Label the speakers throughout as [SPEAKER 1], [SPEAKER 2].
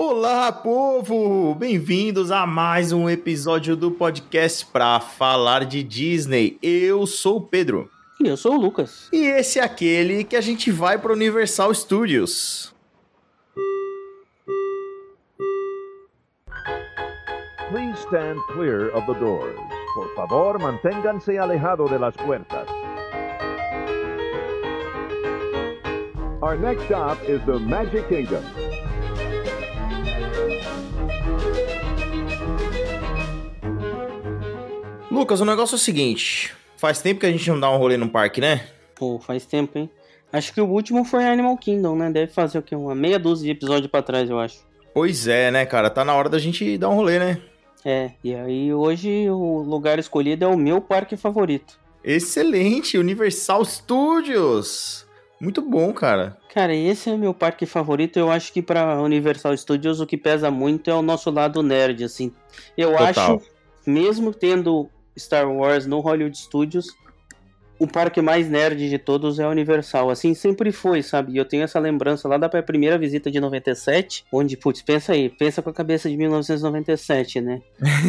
[SPEAKER 1] Olá, povo! Bem-vindos a mais um episódio do podcast para falar de Disney. Eu sou o Pedro.
[SPEAKER 2] E eu sou o Lucas.
[SPEAKER 1] E esse é aquele que a gente vai para Universal Studios.
[SPEAKER 3] Please stand clear of the doors. Por favor, manténganse alejado de las puertas. Our next stop is the Magic Kingdom.
[SPEAKER 1] Lucas, o negócio é o seguinte: faz tempo que a gente não dá um rolê no parque, né?
[SPEAKER 2] Pô, faz tempo, hein? Acho que o último foi Animal Kingdom, né? Deve fazer o quê? Uma meia dúzia de episódio pra trás, eu acho.
[SPEAKER 1] Pois é, né, cara? Tá na hora da gente dar um rolê, né?
[SPEAKER 2] É, e aí hoje o lugar escolhido é o meu parque favorito.
[SPEAKER 1] Excelente! Universal Studios! Muito bom, cara.
[SPEAKER 2] Cara, esse é meu parque favorito. Eu acho que pra Universal Studios o que pesa muito é o nosso lado nerd, assim. Eu
[SPEAKER 1] Total.
[SPEAKER 2] acho, mesmo tendo Star Wars no Hollywood Studios, o parque mais nerd de todos é a Universal. Assim sempre foi, sabe? E Eu tenho essa lembrança lá da minha primeira visita de 97, onde, putz, pensa aí, pensa com a cabeça de 1997, né?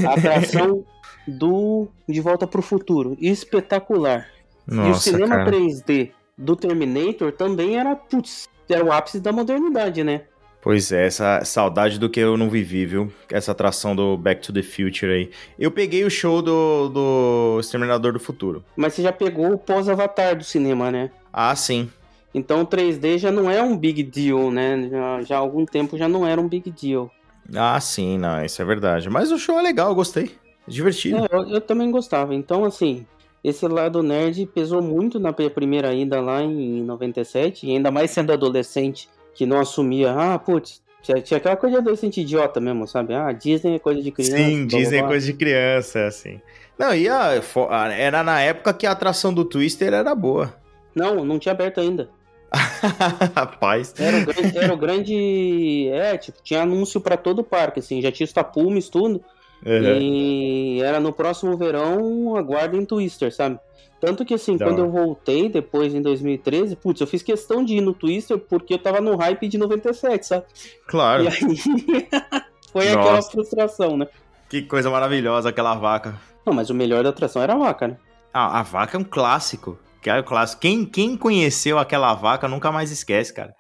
[SPEAKER 2] A atração do De Volta pro Futuro. Espetacular. e o cinema 3D do Terminator também era, putz, era o ápice da modernidade, né?
[SPEAKER 1] Pois é, essa saudade do que eu não vivi, viu? Essa atração do Back to the Future aí. Eu peguei o show do, do Exterminador do Futuro.
[SPEAKER 2] Mas você já pegou o pós-avatar do cinema, né?
[SPEAKER 1] Ah, sim.
[SPEAKER 2] Então o 3D já não é um big deal, né? Já, já há algum tempo já não era um big deal.
[SPEAKER 1] Ah, sim, não, isso é verdade. Mas o show é legal, eu gostei. É Divertido.
[SPEAKER 2] É, eu, eu também gostava. Então, assim, esse lado nerd pesou muito na minha primeira ida lá em 97, e ainda mais sendo adolescente, que não assumia, ah, putz, tinha, tinha aquela coisa de adolescente idiota mesmo, sabe? Ah, Disney é coisa de criança.
[SPEAKER 1] Sim,
[SPEAKER 2] blá, blá,
[SPEAKER 1] dizem
[SPEAKER 2] blá.
[SPEAKER 1] coisa de criança, assim. Não, e a- fo- a- era na época que a atração do Twister era boa.
[SPEAKER 2] Não, não tinha aberto ainda.
[SPEAKER 1] Rapaz.
[SPEAKER 2] Era o grande. era o grande- é, tipo, tinha anúncio pra todo o parque, assim, já tinha os tapumes, tudo.
[SPEAKER 1] Uhum.
[SPEAKER 2] E era no próximo verão, aguardem Twister, sabe? Tanto que assim,
[SPEAKER 1] Da
[SPEAKER 2] quando
[SPEAKER 1] hora.
[SPEAKER 2] eu voltei depois em 2013, putz, eu fiz questão de ir no Twister porque eu tava no hype de 97, sabe?
[SPEAKER 1] Claro.
[SPEAKER 2] E aí foi aquela
[SPEAKER 1] Nossa.
[SPEAKER 2] frustração, né?
[SPEAKER 1] Que coisa maravilhosa aquela vaca.
[SPEAKER 2] Não, mas o melhor da atração era a vaca, né?
[SPEAKER 1] Ah, a vaca é um clássico. Que é o clássico. Quem, quem conheceu aquela vaca nunca mais esquece, cara.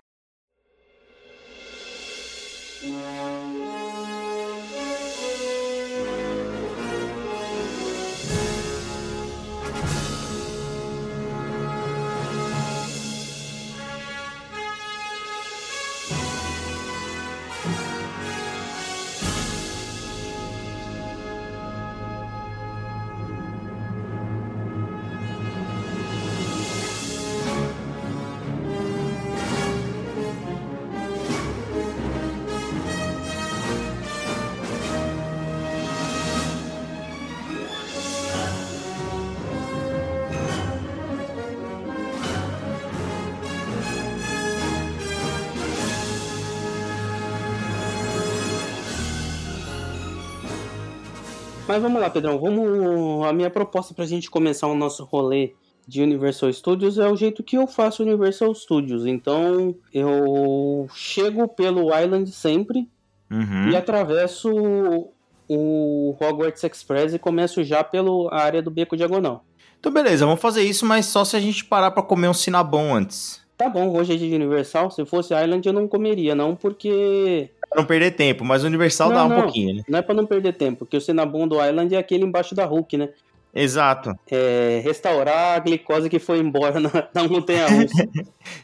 [SPEAKER 2] Mas vamos lá, Pedrão, vamos. A minha proposta pra gente começar o nosso rolê de Universal Studios é o jeito que eu faço Universal Studios. Então eu chego pelo Island sempre.
[SPEAKER 1] Uhum.
[SPEAKER 2] e atravesso o- o Hogwarts Express e começo já pela área do Beco Diagonal.
[SPEAKER 1] Então, beleza, vamos fazer isso, mas só se a gente parar pra comer um sinabon antes.
[SPEAKER 2] Tá bom, hoje é de Universal. Se fosse Island, eu não comeria, não, porque.
[SPEAKER 1] Pra não perder tempo, mas o Universal
[SPEAKER 2] Não,
[SPEAKER 1] dá um
[SPEAKER 2] não.
[SPEAKER 1] pouquinho, né?
[SPEAKER 2] Não é pra não perder tempo, porque o Cinnabon do Island é aquele embaixo da Hulk, né?
[SPEAKER 1] Exato.
[SPEAKER 2] É restaurar a glicose que foi embora na, na montanha russa.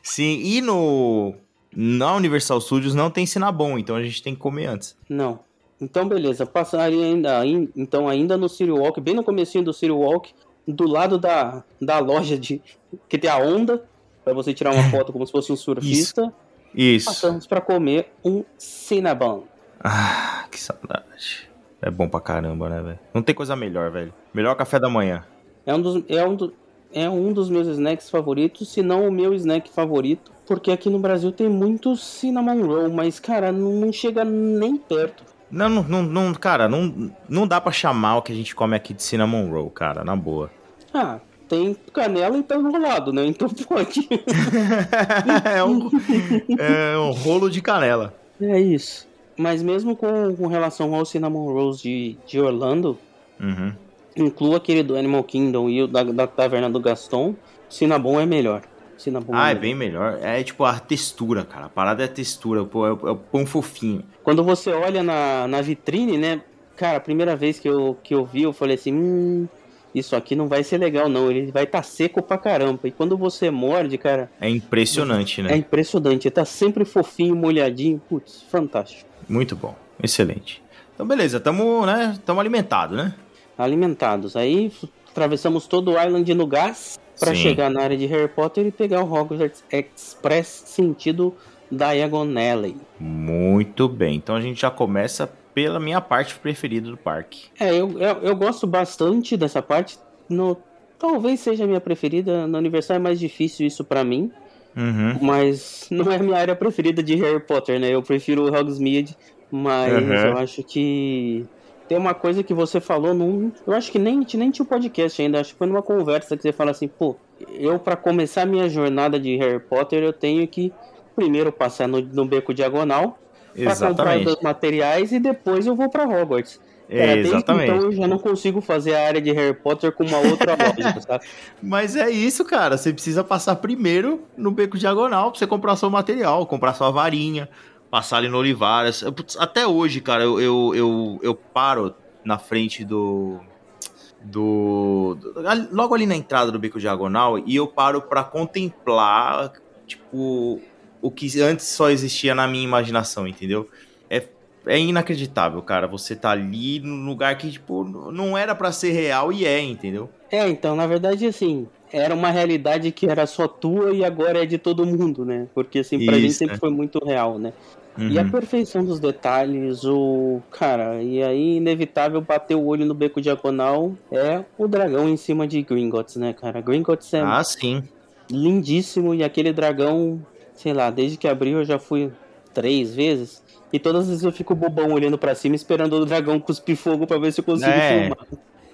[SPEAKER 1] Sim, e no. Na Universal Studios não tem sinabon, então a gente tem que comer antes.
[SPEAKER 2] não. Então, beleza. Passaria ainda, ain- então, ainda no City Walk, bem no comecinho do City Walk, do lado da, da loja de que tem a onda, pra você tirar uma foto como se fosse um surfista.
[SPEAKER 1] Isso.
[SPEAKER 2] Passamos pra comer um Cinnabon.
[SPEAKER 1] Ah, que saudade. É bom pra caramba, né, velho? Não tem coisa melhor, velho. Melhor café da manhã.
[SPEAKER 2] É um, dos, é, um do- é um dos meus snacks favoritos, se não o meu snack favorito. Porque aqui no Brasil tem muito Cinnamon Roll, mas, cara, não, não chega nem perto.
[SPEAKER 1] Não, não, não, não, cara, não, não dá pra chamar o que a gente come aqui de cinnamon roll, cara, na boa.
[SPEAKER 2] Ah, tem canela e tá enrolado, né? Então pode.
[SPEAKER 1] é, um, é um rolo de canela.
[SPEAKER 2] É isso. Mas mesmo com, com relação ao Cinnamon Rose de, de Orlando,
[SPEAKER 1] Uhum.
[SPEAKER 2] inclua aquele do Animal Kingdom e o da, da Taverna do Gaston, Cinnabon é melhor. Cinnabon
[SPEAKER 1] Ah, é
[SPEAKER 2] melhor.
[SPEAKER 1] bem melhor. É tipo a textura, cara. A parada é a textura, pô, é o é o pão fofinho.
[SPEAKER 2] Quando você olha na, na vitrine, né? Cara, a primeira vez que eu, que eu vi, eu falei assim: hum, isso aqui não vai ser legal, não. Ele vai estar seco pra caramba. E quando você morde, cara,
[SPEAKER 1] É impressionante,
[SPEAKER 2] é
[SPEAKER 1] né?
[SPEAKER 2] impressionante. Ele tá sempre fofinho, molhadinho. Putz, fantástico.
[SPEAKER 1] Muito bom. Excelente. Então, beleza. Tamo, né? Tamo alimentado, né?
[SPEAKER 2] Alimentados. Aí f- atravessamos todo o Island no gás pra
[SPEAKER 1] Sim.
[SPEAKER 2] chegar na área de Harry Potter e pegar o Hogwarts Express sentido Diagon Alley.
[SPEAKER 1] Muito bem. Então a gente já começa pela minha parte preferida do parque.
[SPEAKER 2] É, eu, eu, eu gosto bastante dessa parte. No, talvez seja a minha preferida. No aniversário é mais difícil isso pra mim.
[SPEAKER 1] Uhum.
[SPEAKER 2] Mas não é a minha área preferida de Harry Potter, né? Eu prefiro o Hogsmeade. Mas
[SPEAKER 1] Uhum.
[SPEAKER 2] eu acho que. Tem uma coisa que você falou num. Eu acho que nem, nem tinha o podcast ainda. Acho que foi numa conversa que você fala assim, pô, eu pra começar a minha jornada de Harry Potter, eu tenho que primeiro passar no, no beco diagonal pra comprar os
[SPEAKER 1] Exatamente.
[SPEAKER 2] meus materiais e depois eu vou pra Hogwarts.
[SPEAKER 1] É,
[SPEAKER 2] Cara, desde
[SPEAKER 1] exatamente.
[SPEAKER 2] Então eu já não consigo fazer a área de Harry Potter com uma outra lógica, sabe?
[SPEAKER 1] Mas é isso, cara. Você precisa passar primeiro no beco diagonal pra você comprar seu material, comprar sua varinha, passar ali no Olivares. Eu, putz, Até hoje, cara, eu, eu, eu, eu paro na frente do. Do, do- ali- Logo ali na entrada do beco diagonal e eu paro pra contemplar, tipo, o que antes só existia na minha imaginação, entendeu? É, é inacreditável, cara. Você tá ali num lugar que, tipo, não era pra ser real e é, entendeu?
[SPEAKER 2] É, então, na verdade, assim, era uma realidade que era só tua e agora é de todo mundo, né? Porque, assim,
[SPEAKER 1] Isso,
[SPEAKER 2] pra
[SPEAKER 1] é.
[SPEAKER 2] gente sempre foi muito real, né? E a
[SPEAKER 1] Uhum.
[SPEAKER 2] perfeição dos detalhes, o. Cara, e aí, inevitável bater o olho no beco diagonal é o dragão em cima de Gringotts, né, cara? Gringotts é
[SPEAKER 1] Ah, sim.
[SPEAKER 2] lindíssimo e aquele dragão, sei lá, desde que abriu eu já fui três vezes. E todas as vezes eu fico bobão olhando pra cima esperando o dragão cuspir fogo pra ver se eu consigo
[SPEAKER 1] É.
[SPEAKER 2] filmar.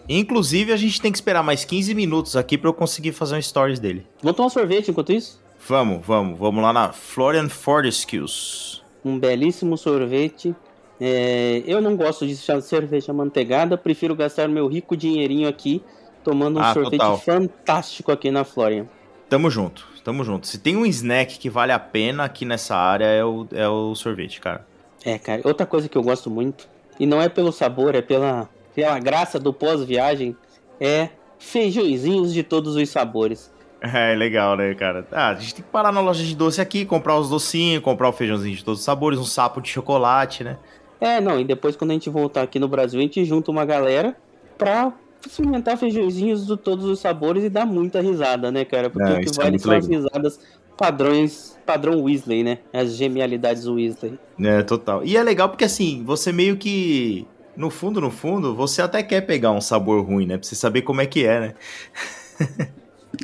[SPEAKER 1] Inclusive, a gente tem que esperar mais 15 minutos aqui pra eu conseguir fazer um stories dele.
[SPEAKER 2] Vou tomar um sorvete enquanto isso?
[SPEAKER 1] Vamos, vamos, vamos lá na Florian Fortescues.
[SPEAKER 2] Um belíssimo sorvete. É, eu não gosto de chá- cerveja manteigada, prefiro gastar meu rico dinheirinho aqui tomando um
[SPEAKER 1] Ah,
[SPEAKER 2] sorvete
[SPEAKER 1] total.
[SPEAKER 2] fantástico aqui na Florian.
[SPEAKER 1] Tamo junto, tamo junto. Se tem um snack que vale a pena aqui nessa área é o, é o sorvete, cara.
[SPEAKER 2] É, cara, outra coisa que eu gosto muito, e não é pelo sabor, é pela, pela graça do pós-viagem, é feijõezinhos de todos os sabores.
[SPEAKER 1] É legal, né, cara? Ah, a gente tem que parar na loja de doce aqui, comprar os docinhos, comprar o feijãozinho de todos os sabores, um sapo de chocolate, né?
[SPEAKER 2] É, não, e depois quando a gente voltar aqui no Brasil, a gente junta uma galera pra experimentar feijõezinhos de todos os sabores e dar muita risada, né, cara? Porque
[SPEAKER 1] Não,
[SPEAKER 2] o que
[SPEAKER 1] isso é
[SPEAKER 2] vale
[SPEAKER 1] muito
[SPEAKER 2] são as risadas padrões, padrão Weasley, né? As genialidades Weasley.
[SPEAKER 1] É, total. E é legal porque assim, você meio que. No fundo, no fundo, você até quer pegar um sabor ruim, né? Pra você saber como é que é, né?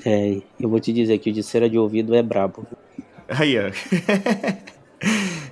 [SPEAKER 2] É, eu vou te dizer que o de cera de ouvido é brabo.
[SPEAKER 1] Aí, ó.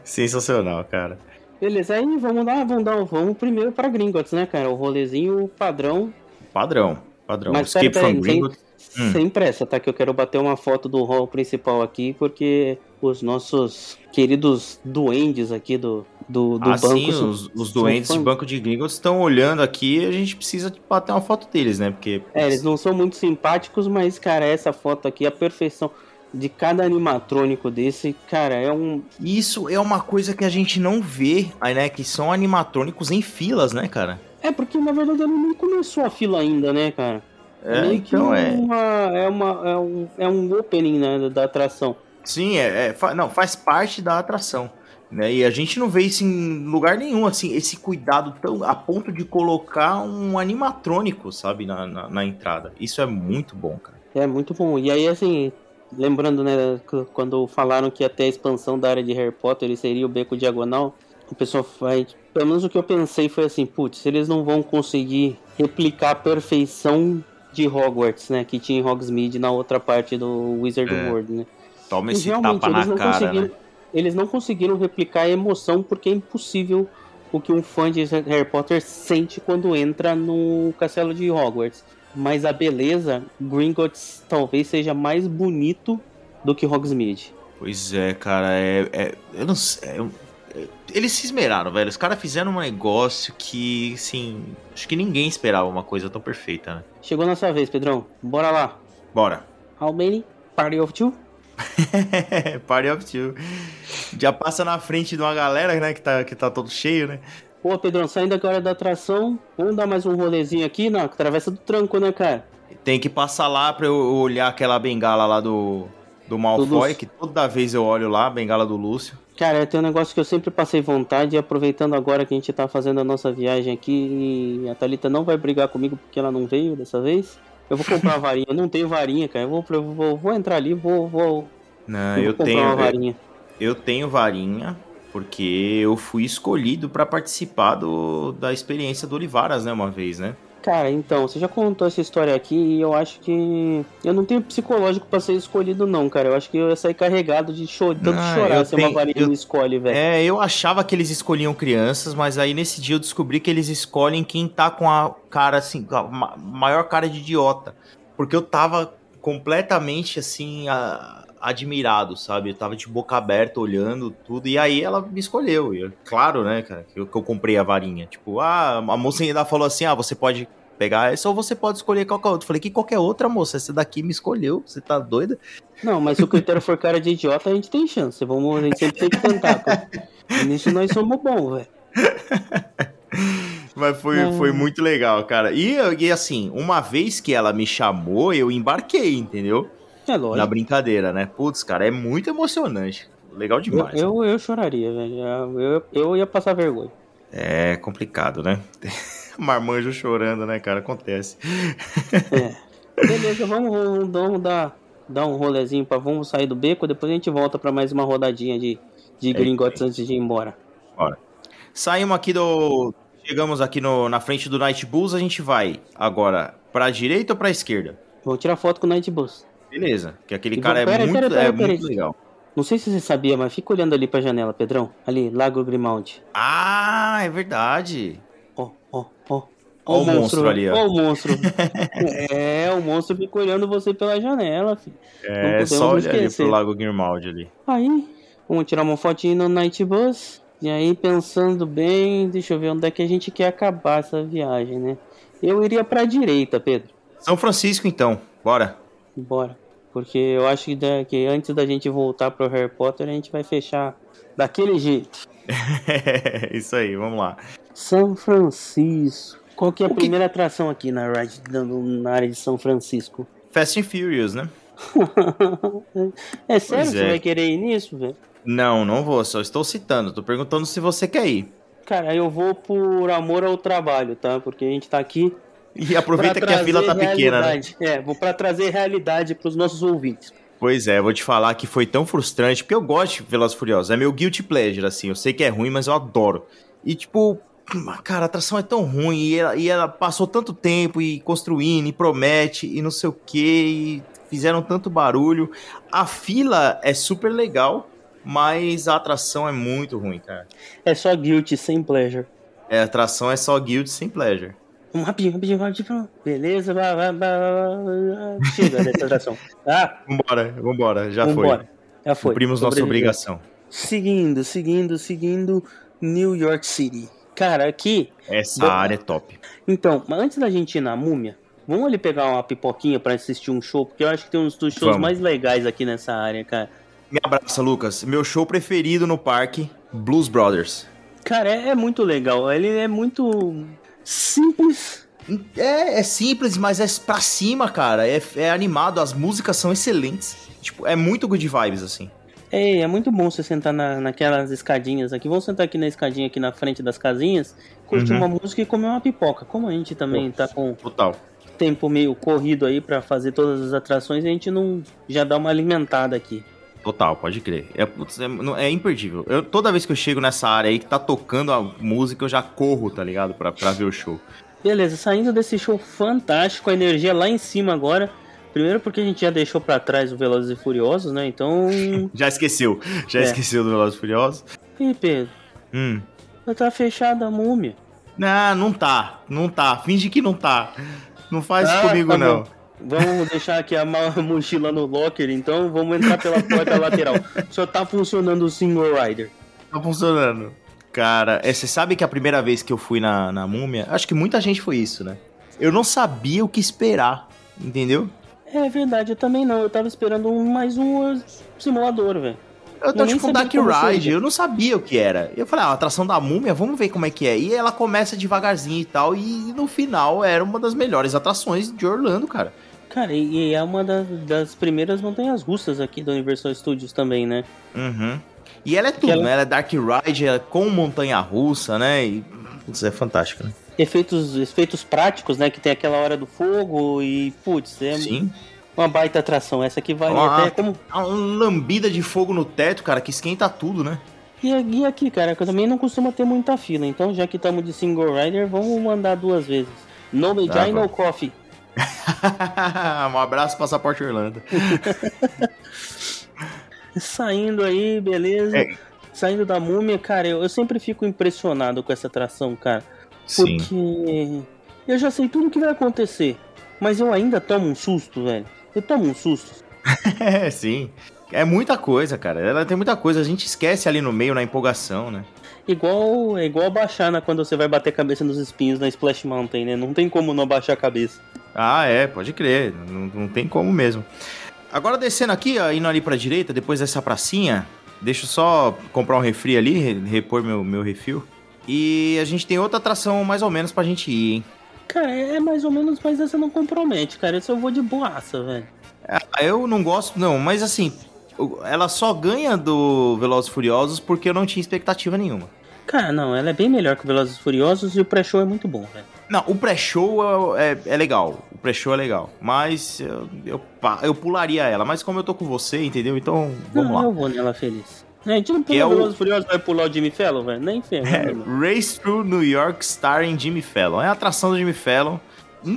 [SPEAKER 1] Sensacional, cara.
[SPEAKER 2] Beleza, aí vamos lá, vamos dar, vamos primeiro pra Gringotts, né, cara? O rolezinho padrão
[SPEAKER 1] Padrão, padrão.
[SPEAKER 2] Mas
[SPEAKER 1] um Escape
[SPEAKER 2] pera, pera,
[SPEAKER 1] from
[SPEAKER 2] sem-
[SPEAKER 1] Gringotts. Hum.
[SPEAKER 2] Sem pressa, tá? Que eu quero bater uma foto do hall principal aqui, porque os nossos queridos duendes aqui do, do, do
[SPEAKER 1] Ah,
[SPEAKER 2] banco.
[SPEAKER 1] sim,
[SPEAKER 2] são-
[SPEAKER 1] os, os
[SPEAKER 2] são
[SPEAKER 1] doentes
[SPEAKER 2] fãs.
[SPEAKER 1] de banco de Gringotts estão olhando aqui e a gente precisa tipo, bater uma foto deles, né? Porque.
[SPEAKER 2] É, eles não são muito simpáticos, mas, cara, essa foto aqui, a perfeição de cada animatrônico desse, cara, é um.
[SPEAKER 1] Isso é uma coisa que a gente não vê, aí, né? Que são animatrônicos em filas, né, cara?
[SPEAKER 2] É porque na verdade ele nem começou a fila ainda, né, cara?
[SPEAKER 1] É,
[SPEAKER 2] Meio que
[SPEAKER 1] então é.
[SPEAKER 2] uma, é. uma, é, um, é um opening né, da- da atração.
[SPEAKER 1] Sim, é, é, fa- não, faz parte da atração. Né? E a gente não vê isso em lugar nenhum, assim, esse cuidado tão a ponto de colocar um animatrônico, sabe, na, na, na entrada. Isso é muito bom, cara.
[SPEAKER 2] É muito bom. E aí, assim, lembrando, né, c- quando falaram que até a expansão da área de Harry Potter ele seria o beco diagonal, o pessoal vai. Pelo menos o que eu pensei foi assim: putz, eles não vão conseguir replicar a perfeição de Hogwarts, né, que tinha em Hogsmeade na outra parte do Wizard
[SPEAKER 1] É.
[SPEAKER 2] World, né?
[SPEAKER 1] Toma
[SPEAKER 2] E
[SPEAKER 1] esse tapa na cara, né?
[SPEAKER 2] eles não conseguiram replicar a emoção porque é impossível o que um fã de Harry Potter sente quando entra no castelo de Hogwarts. Mas a beleza, Gringotts talvez seja mais bonito do que Hogsmeade.
[SPEAKER 1] Pois é, cara, é, é- eu não sei, eu, Eles se esmeraram, velho. Os caras fizeram um negócio que, assim. Acho que ninguém esperava uma coisa tão perfeita, né?
[SPEAKER 2] Chegou nossa vez, Pedrão. Bora lá.
[SPEAKER 1] Bora.
[SPEAKER 2] How many? Party of two?
[SPEAKER 1] Party of two. Já passa na frente de uma galera, né? Que tá, que tá todo cheio, né?
[SPEAKER 2] Pô, Pedrão, saindo agora da atração, vamos dar mais um rolezinho aqui na travessa do tranco, né, cara?
[SPEAKER 1] Tem que passar lá pra eu olhar aquela bengala lá do, do Malfoy,
[SPEAKER 2] Lúcio.
[SPEAKER 1] que toda vez eu olho lá, a bengala do Lúcio.
[SPEAKER 2] Cara, tem um negócio que eu sempre passei vontade e aproveitando agora que a gente tá fazendo a nossa viagem aqui e a Thalita não vai brigar comigo porque ela não veio dessa vez. Eu vou comprar a varinha, eu não tenho varinha, cara. Eu vou, eu vou, vou entrar ali, vou, vou,
[SPEAKER 1] Não, Né,
[SPEAKER 2] vou
[SPEAKER 1] Ah, eu
[SPEAKER 2] comprar
[SPEAKER 1] tenho.
[SPEAKER 2] uma varinha.
[SPEAKER 1] Eu tenho varinha, porque eu fui escolhido pra participar do, da experiência do Olivaras, né, uma vez, né?
[SPEAKER 2] Cara, então, você já contou essa história aqui e eu acho que. Eu não tenho psicológico pra ser escolhido, não, cara. Eu acho que eu ia sair carregado de cho... tanto
[SPEAKER 1] Ah, eu
[SPEAKER 2] chorar se
[SPEAKER 1] tenho-
[SPEAKER 2] uma varinha
[SPEAKER 1] eu-
[SPEAKER 2] me escolhe, velho.
[SPEAKER 1] É, eu achava que eles escolhiam crianças, mas aí nesse dia eu descobri que eles escolhem quem tá com a cara assim, com a ma- maior cara de idiota. Porque eu tava completamente assim, a- admirado, sabe? Eu tava de boca aberta olhando tudo, e aí ela me escolheu. E eu- claro, né, cara, que eu, que eu comprei a varinha. Tipo, ah, a moça ainda falou assim: ah, você pode pegar essa ou você pode escolher qualquer outra. Eu falei, que qualquer outra, moça, essa daqui me escolheu, você tá doida?
[SPEAKER 2] Não, mas se o critério for cara de idiota, a gente tem chance. Vamos, a gente sempre tem que tentar, cara. Nisso nós somos bons, velho.
[SPEAKER 1] Mas foi,
[SPEAKER 2] Não.
[SPEAKER 1] foi muito legal, cara. E, e assim, uma vez que ela me chamou, eu embarquei, entendeu?
[SPEAKER 2] É
[SPEAKER 1] Na
[SPEAKER 2] lógico.
[SPEAKER 1] brincadeira, né? Putz, cara, é muito emocionante. Legal
[SPEAKER 2] Eu,
[SPEAKER 1] demais.
[SPEAKER 2] eu, eu choraria, velho. Eu, eu ia passar vergonha.
[SPEAKER 1] É complicado, né? Marmanjo chorando, né, cara? Acontece.
[SPEAKER 2] Beleza, vamos, vamos, vamos dar, dar um rolezinho pra vamos sair do beco, depois a gente volta pra mais uma rodadinha de,
[SPEAKER 1] É
[SPEAKER 2] de gringotes antes de ir embora.
[SPEAKER 1] Saímos aqui do. Chegamos aqui no, na frente do Night Bulls, a gente vai agora pra direita ou pra esquerda?
[SPEAKER 2] Vamos tirar foto com o Nightbus.
[SPEAKER 1] Beleza, que aquele
[SPEAKER 2] E
[SPEAKER 1] cara é
[SPEAKER 2] vamos- Então, pera,
[SPEAKER 1] muito,
[SPEAKER 2] pera, pera,
[SPEAKER 1] é
[SPEAKER 2] pera.
[SPEAKER 1] muito legal.
[SPEAKER 2] Não sei se você sabia, mas fica olhando ali pra janela, Pedrão. Ali, Lago Grimaldi.
[SPEAKER 1] Ah, é verdade.
[SPEAKER 2] Ó, ó, ó.
[SPEAKER 1] Ó o monstro ali, ó.
[SPEAKER 2] Ó o monstro. é, o monstro fica olhando você pela janela, filho.
[SPEAKER 1] É,
[SPEAKER 2] podemos
[SPEAKER 1] só olhar ali
[SPEAKER 2] esquecer.
[SPEAKER 1] pro Lago Grimaldi ali.
[SPEAKER 2] Aí, vamos tirar uma fotinha no Night Bus. E aí, pensando bem, deixa eu ver onde é que a gente quer acabar essa viagem, né? Eu iria pra direita, Pedro.
[SPEAKER 1] São Francisco, então. Bora.
[SPEAKER 2] Bora. Porque eu acho que, da- que antes da gente voltar pro Harry Potter, a gente vai fechar daquele jeito.
[SPEAKER 1] Isso aí, vamos lá.
[SPEAKER 2] São Francisco. Qual que é a
[SPEAKER 1] O que-
[SPEAKER 2] primeira atração aqui na, ride- na- na área de São Francisco?
[SPEAKER 1] Fast and Furious, né?
[SPEAKER 2] é sério que
[SPEAKER 1] é.
[SPEAKER 2] você vai querer ir nisso, velho?
[SPEAKER 1] Não, não vou, só estou citando. Tô perguntando se você quer ir.
[SPEAKER 2] Cara, eu vou por amor ao trabalho, tá? Porque a gente tá aqui
[SPEAKER 1] E aproveita
[SPEAKER 2] Pra
[SPEAKER 1] que a vila tá
[SPEAKER 2] trazer
[SPEAKER 1] pequena, né?
[SPEAKER 2] realidade. É, vou para trazer realidade pros nossos ouvintes.
[SPEAKER 1] Pois é, vou te falar que foi tão frustrante, porque eu gosto de Velozes e Furiosos, é meu guilty pleasure, assim, eu sei que é ruim, mas eu adoro. E tipo, cara, a atração é tão ruim, e ela, e ela passou tanto tempo e construindo, e promete, e não sei o que, e fizeram tanto barulho. A fila é super legal, mas a atração é muito ruim, cara.
[SPEAKER 2] É só guilty, sem pleasure.
[SPEAKER 1] É, a atração é só guilty sem pleasure.
[SPEAKER 2] Vamos rapidinho, rapidinho, rapidinho. Beleza, vai, vai, vai, vai, vai. Chega dessa atração. Ah,
[SPEAKER 1] Vambora, vambora, já
[SPEAKER 2] vambora. Já
[SPEAKER 1] foi.
[SPEAKER 2] foi.
[SPEAKER 1] Cumprimos nossa
[SPEAKER 2] Sobreviveu.
[SPEAKER 1] obrigação.
[SPEAKER 2] Seguindo, seguindo, seguindo. New York City. Cara, aqui.
[SPEAKER 1] Essa
[SPEAKER 2] Boa.
[SPEAKER 1] área é top.
[SPEAKER 2] Então, mas antes da gente ir na múmia, vamos ali pegar uma pipoquinha pra assistir um show, porque eu acho que tem uns dos shows
[SPEAKER 1] Vamos.
[SPEAKER 2] mais legais aqui nessa área, cara.
[SPEAKER 1] Me abraça, Lucas. Meu show preferido no parque, Blues Brothers.
[SPEAKER 2] Cara, é, é muito legal. Ele é muito simples,
[SPEAKER 1] É, é simples, mas é pra cima, cara. É, é animado, as músicas são excelentes. Tipo, é muito good vibes, assim.
[SPEAKER 2] É, é muito bom você sentar na, naquelas escadinhas aqui. Vamos sentar aqui na escadinha aqui na frente das casinhas, curtir
[SPEAKER 1] Uhum.
[SPEAKER 2] uma música e comer uma pipoca. Como a gente também tá com
[SPEAKER 1] Total.
[SPEAKER 2] tempo meio corrido aí pra fazer todas as atrações, a gente não já dá uma alimentada aqui.
[SPEAKER 1] Total, pode crer. É, putz, é- não- é imperdível. Eu- toda vez que eu chego nessa área aí que tá tocando a música, eu já corro, tá ligado? Pra, pra ver o show.
[SPEAKER 2] Beleza, saindo desse show fantástico, a energia lá em cima agora. Primeiro porque a gente já deixou pra trás o Velozes e Furiosos, né? Então,
[SPEAKER 1] Já esqueceu. Já
[SPEAKER 2] É.
[SPEAKER 1] esqueceu do Velozes e Furiosos.
[SPEAKER 2] Ih, Pedro,
[SPEAKER 1] Hum.
[SPEAKER 2] já tá fechada a múmia.
[SPEAKER 1] Não, não tá. Não tá. Finge que não tá. Não faz
[SPEAKER 2] Ah,
[SPEAKER 1] isso comigo,
[SPEAKER 2] tá
[SPEAKER 1] não.
[SPEAKER 2] bom. Vamos deixar aqui a ma- mochila no locker, então vamos entrar pela porta lateral. Só tá funcionando o single rider.
[SPEAKER 1] Tá funcionando. Cara, é, você sabe que a primeira vez que eu fui na, na múmia, acho que muita gente foi isso, né? Eu não sabia o que esperar, entendeu?
[SPEAKER 2] É verdade, eu também não. Eu tava esperando um- mais um simulador, velho.
[SPEAKER 1] Eu tô
[SPEAKER 2] Eu nem
[SPEAKER 1] tipo um
[SPEAKER 2] sabia
[SPEAKER 1] Dark
[SPEAKER 2] como
[SPEAKER 1] Ride,
[SPEAKER 2] seria.
[SPEAKER 1] eu não sabia o que era. Eu falei, ah, a atração da múmia, vamos ver como é que é. E ela começa devagarzinho e tal, e no final era uma das melhores atrações de Orlando, cara.
[SPEAKER 2] Cara, e e é uma das, das primeiras montanhas russas aqui do Universal Studios também, né?
[SPEAKER 1] Uhum. E ela é tudo,
[SPEAKER 2] ela-
[SPEAKER 1] né? Ela é Dark Ride, ela é com montanha russa, né? E. Isso é fantástico, né?
[SPEAKER 2] Efeitos, efeitos práticos, né? Que tem aquela hora do fogo e, putz, é
[SPEAKER 1] Sim.
[SPEAKER 2] uma baita atração. Essa aqui vale
[SPEAKER 1] Ah.
[SPEAKER 2] até como.
[SPEAKER 1] Dá Uma lambida de fogo no teto, cara, que esquenta tudo, né?
[SPEAKER 2] E, e aqui, cara, que eu também não costumo ter muita fila. Então, já que estamos de single rider, vamos mandar duas vezes. No
[SPEAKER 1] Tá,
[SPEAKER 2] Medjai, no coffee.
[SPEAKER 1] um abraço, Passaporte Orlando.
[SPEAKER 2] Saindo aí, beleza.
[SPEAKER 1] É.
[SPEAKER 2] Saindo da múmia, cara, eu, eu sempre fico impressionado com essa atração, cara. Porque eu já sei tudo o que vai acontecer. Mas eu ainda tomo um susto, velho. Eu tomo um susto.
[SPEAKER 1] É, sim. É muita coisa, cara. Ela tem muita coisa. A gente esquece ali no meio, na empolgação, né?
[SPEAKER 2] Igual, é igual abaixar na, quando você vai bater a cabeça nos espinhos na Splash Mountain, né? Não tem como não abaixar a cabeça.
[SPEAKER 1] Ah, é, pode crer. Não, não tem como mesmo. Agora descendo aqui, ó, indo ali pra direita, depois dessa pracinha, deixa eu só comprar um refri ali, re- repor meu, meu refil. E a gente tem outra atração mais ou menos pra gente ir, hein?
[SPEAKER 2] Cara, é mais ou menos, mas essa não compromete, cara. Essa eu vou de boaça, velho.
[SPEAKER 1] Ah, Eu não gosto, não, mas assim, o- ela só ganha do Velozes e Furiosos porque eu não tinha expectativa nenhuma.
[SPEAKER 2] Cara, não, ela é bem melhor que o Velozes e Furiosos e o pré-show é muito bom, velho.
[SPEAKER 1] Não, o pré-show é, é- é legal. O pré-show é legal. Mas eu, eu, pa- eu pularia ela. Mas como eu tô com você, entendeu? Então, vamos
[SPEAKER 2] não,
[SPEAKER 1] lá.
[SPEAKER 2] eu vou nela feliz. É, a gente não pula
[SPEAKER 1] Que é o- É.
[SPEAKER 2] Velozes e Furiosos, vai pular o Jimmy Fallon, velho? Nem ferro, né, mano?
[SPEAKER 1] Race Through New York starring Jimmy Fallon. É a atração do Jimmy Fallon.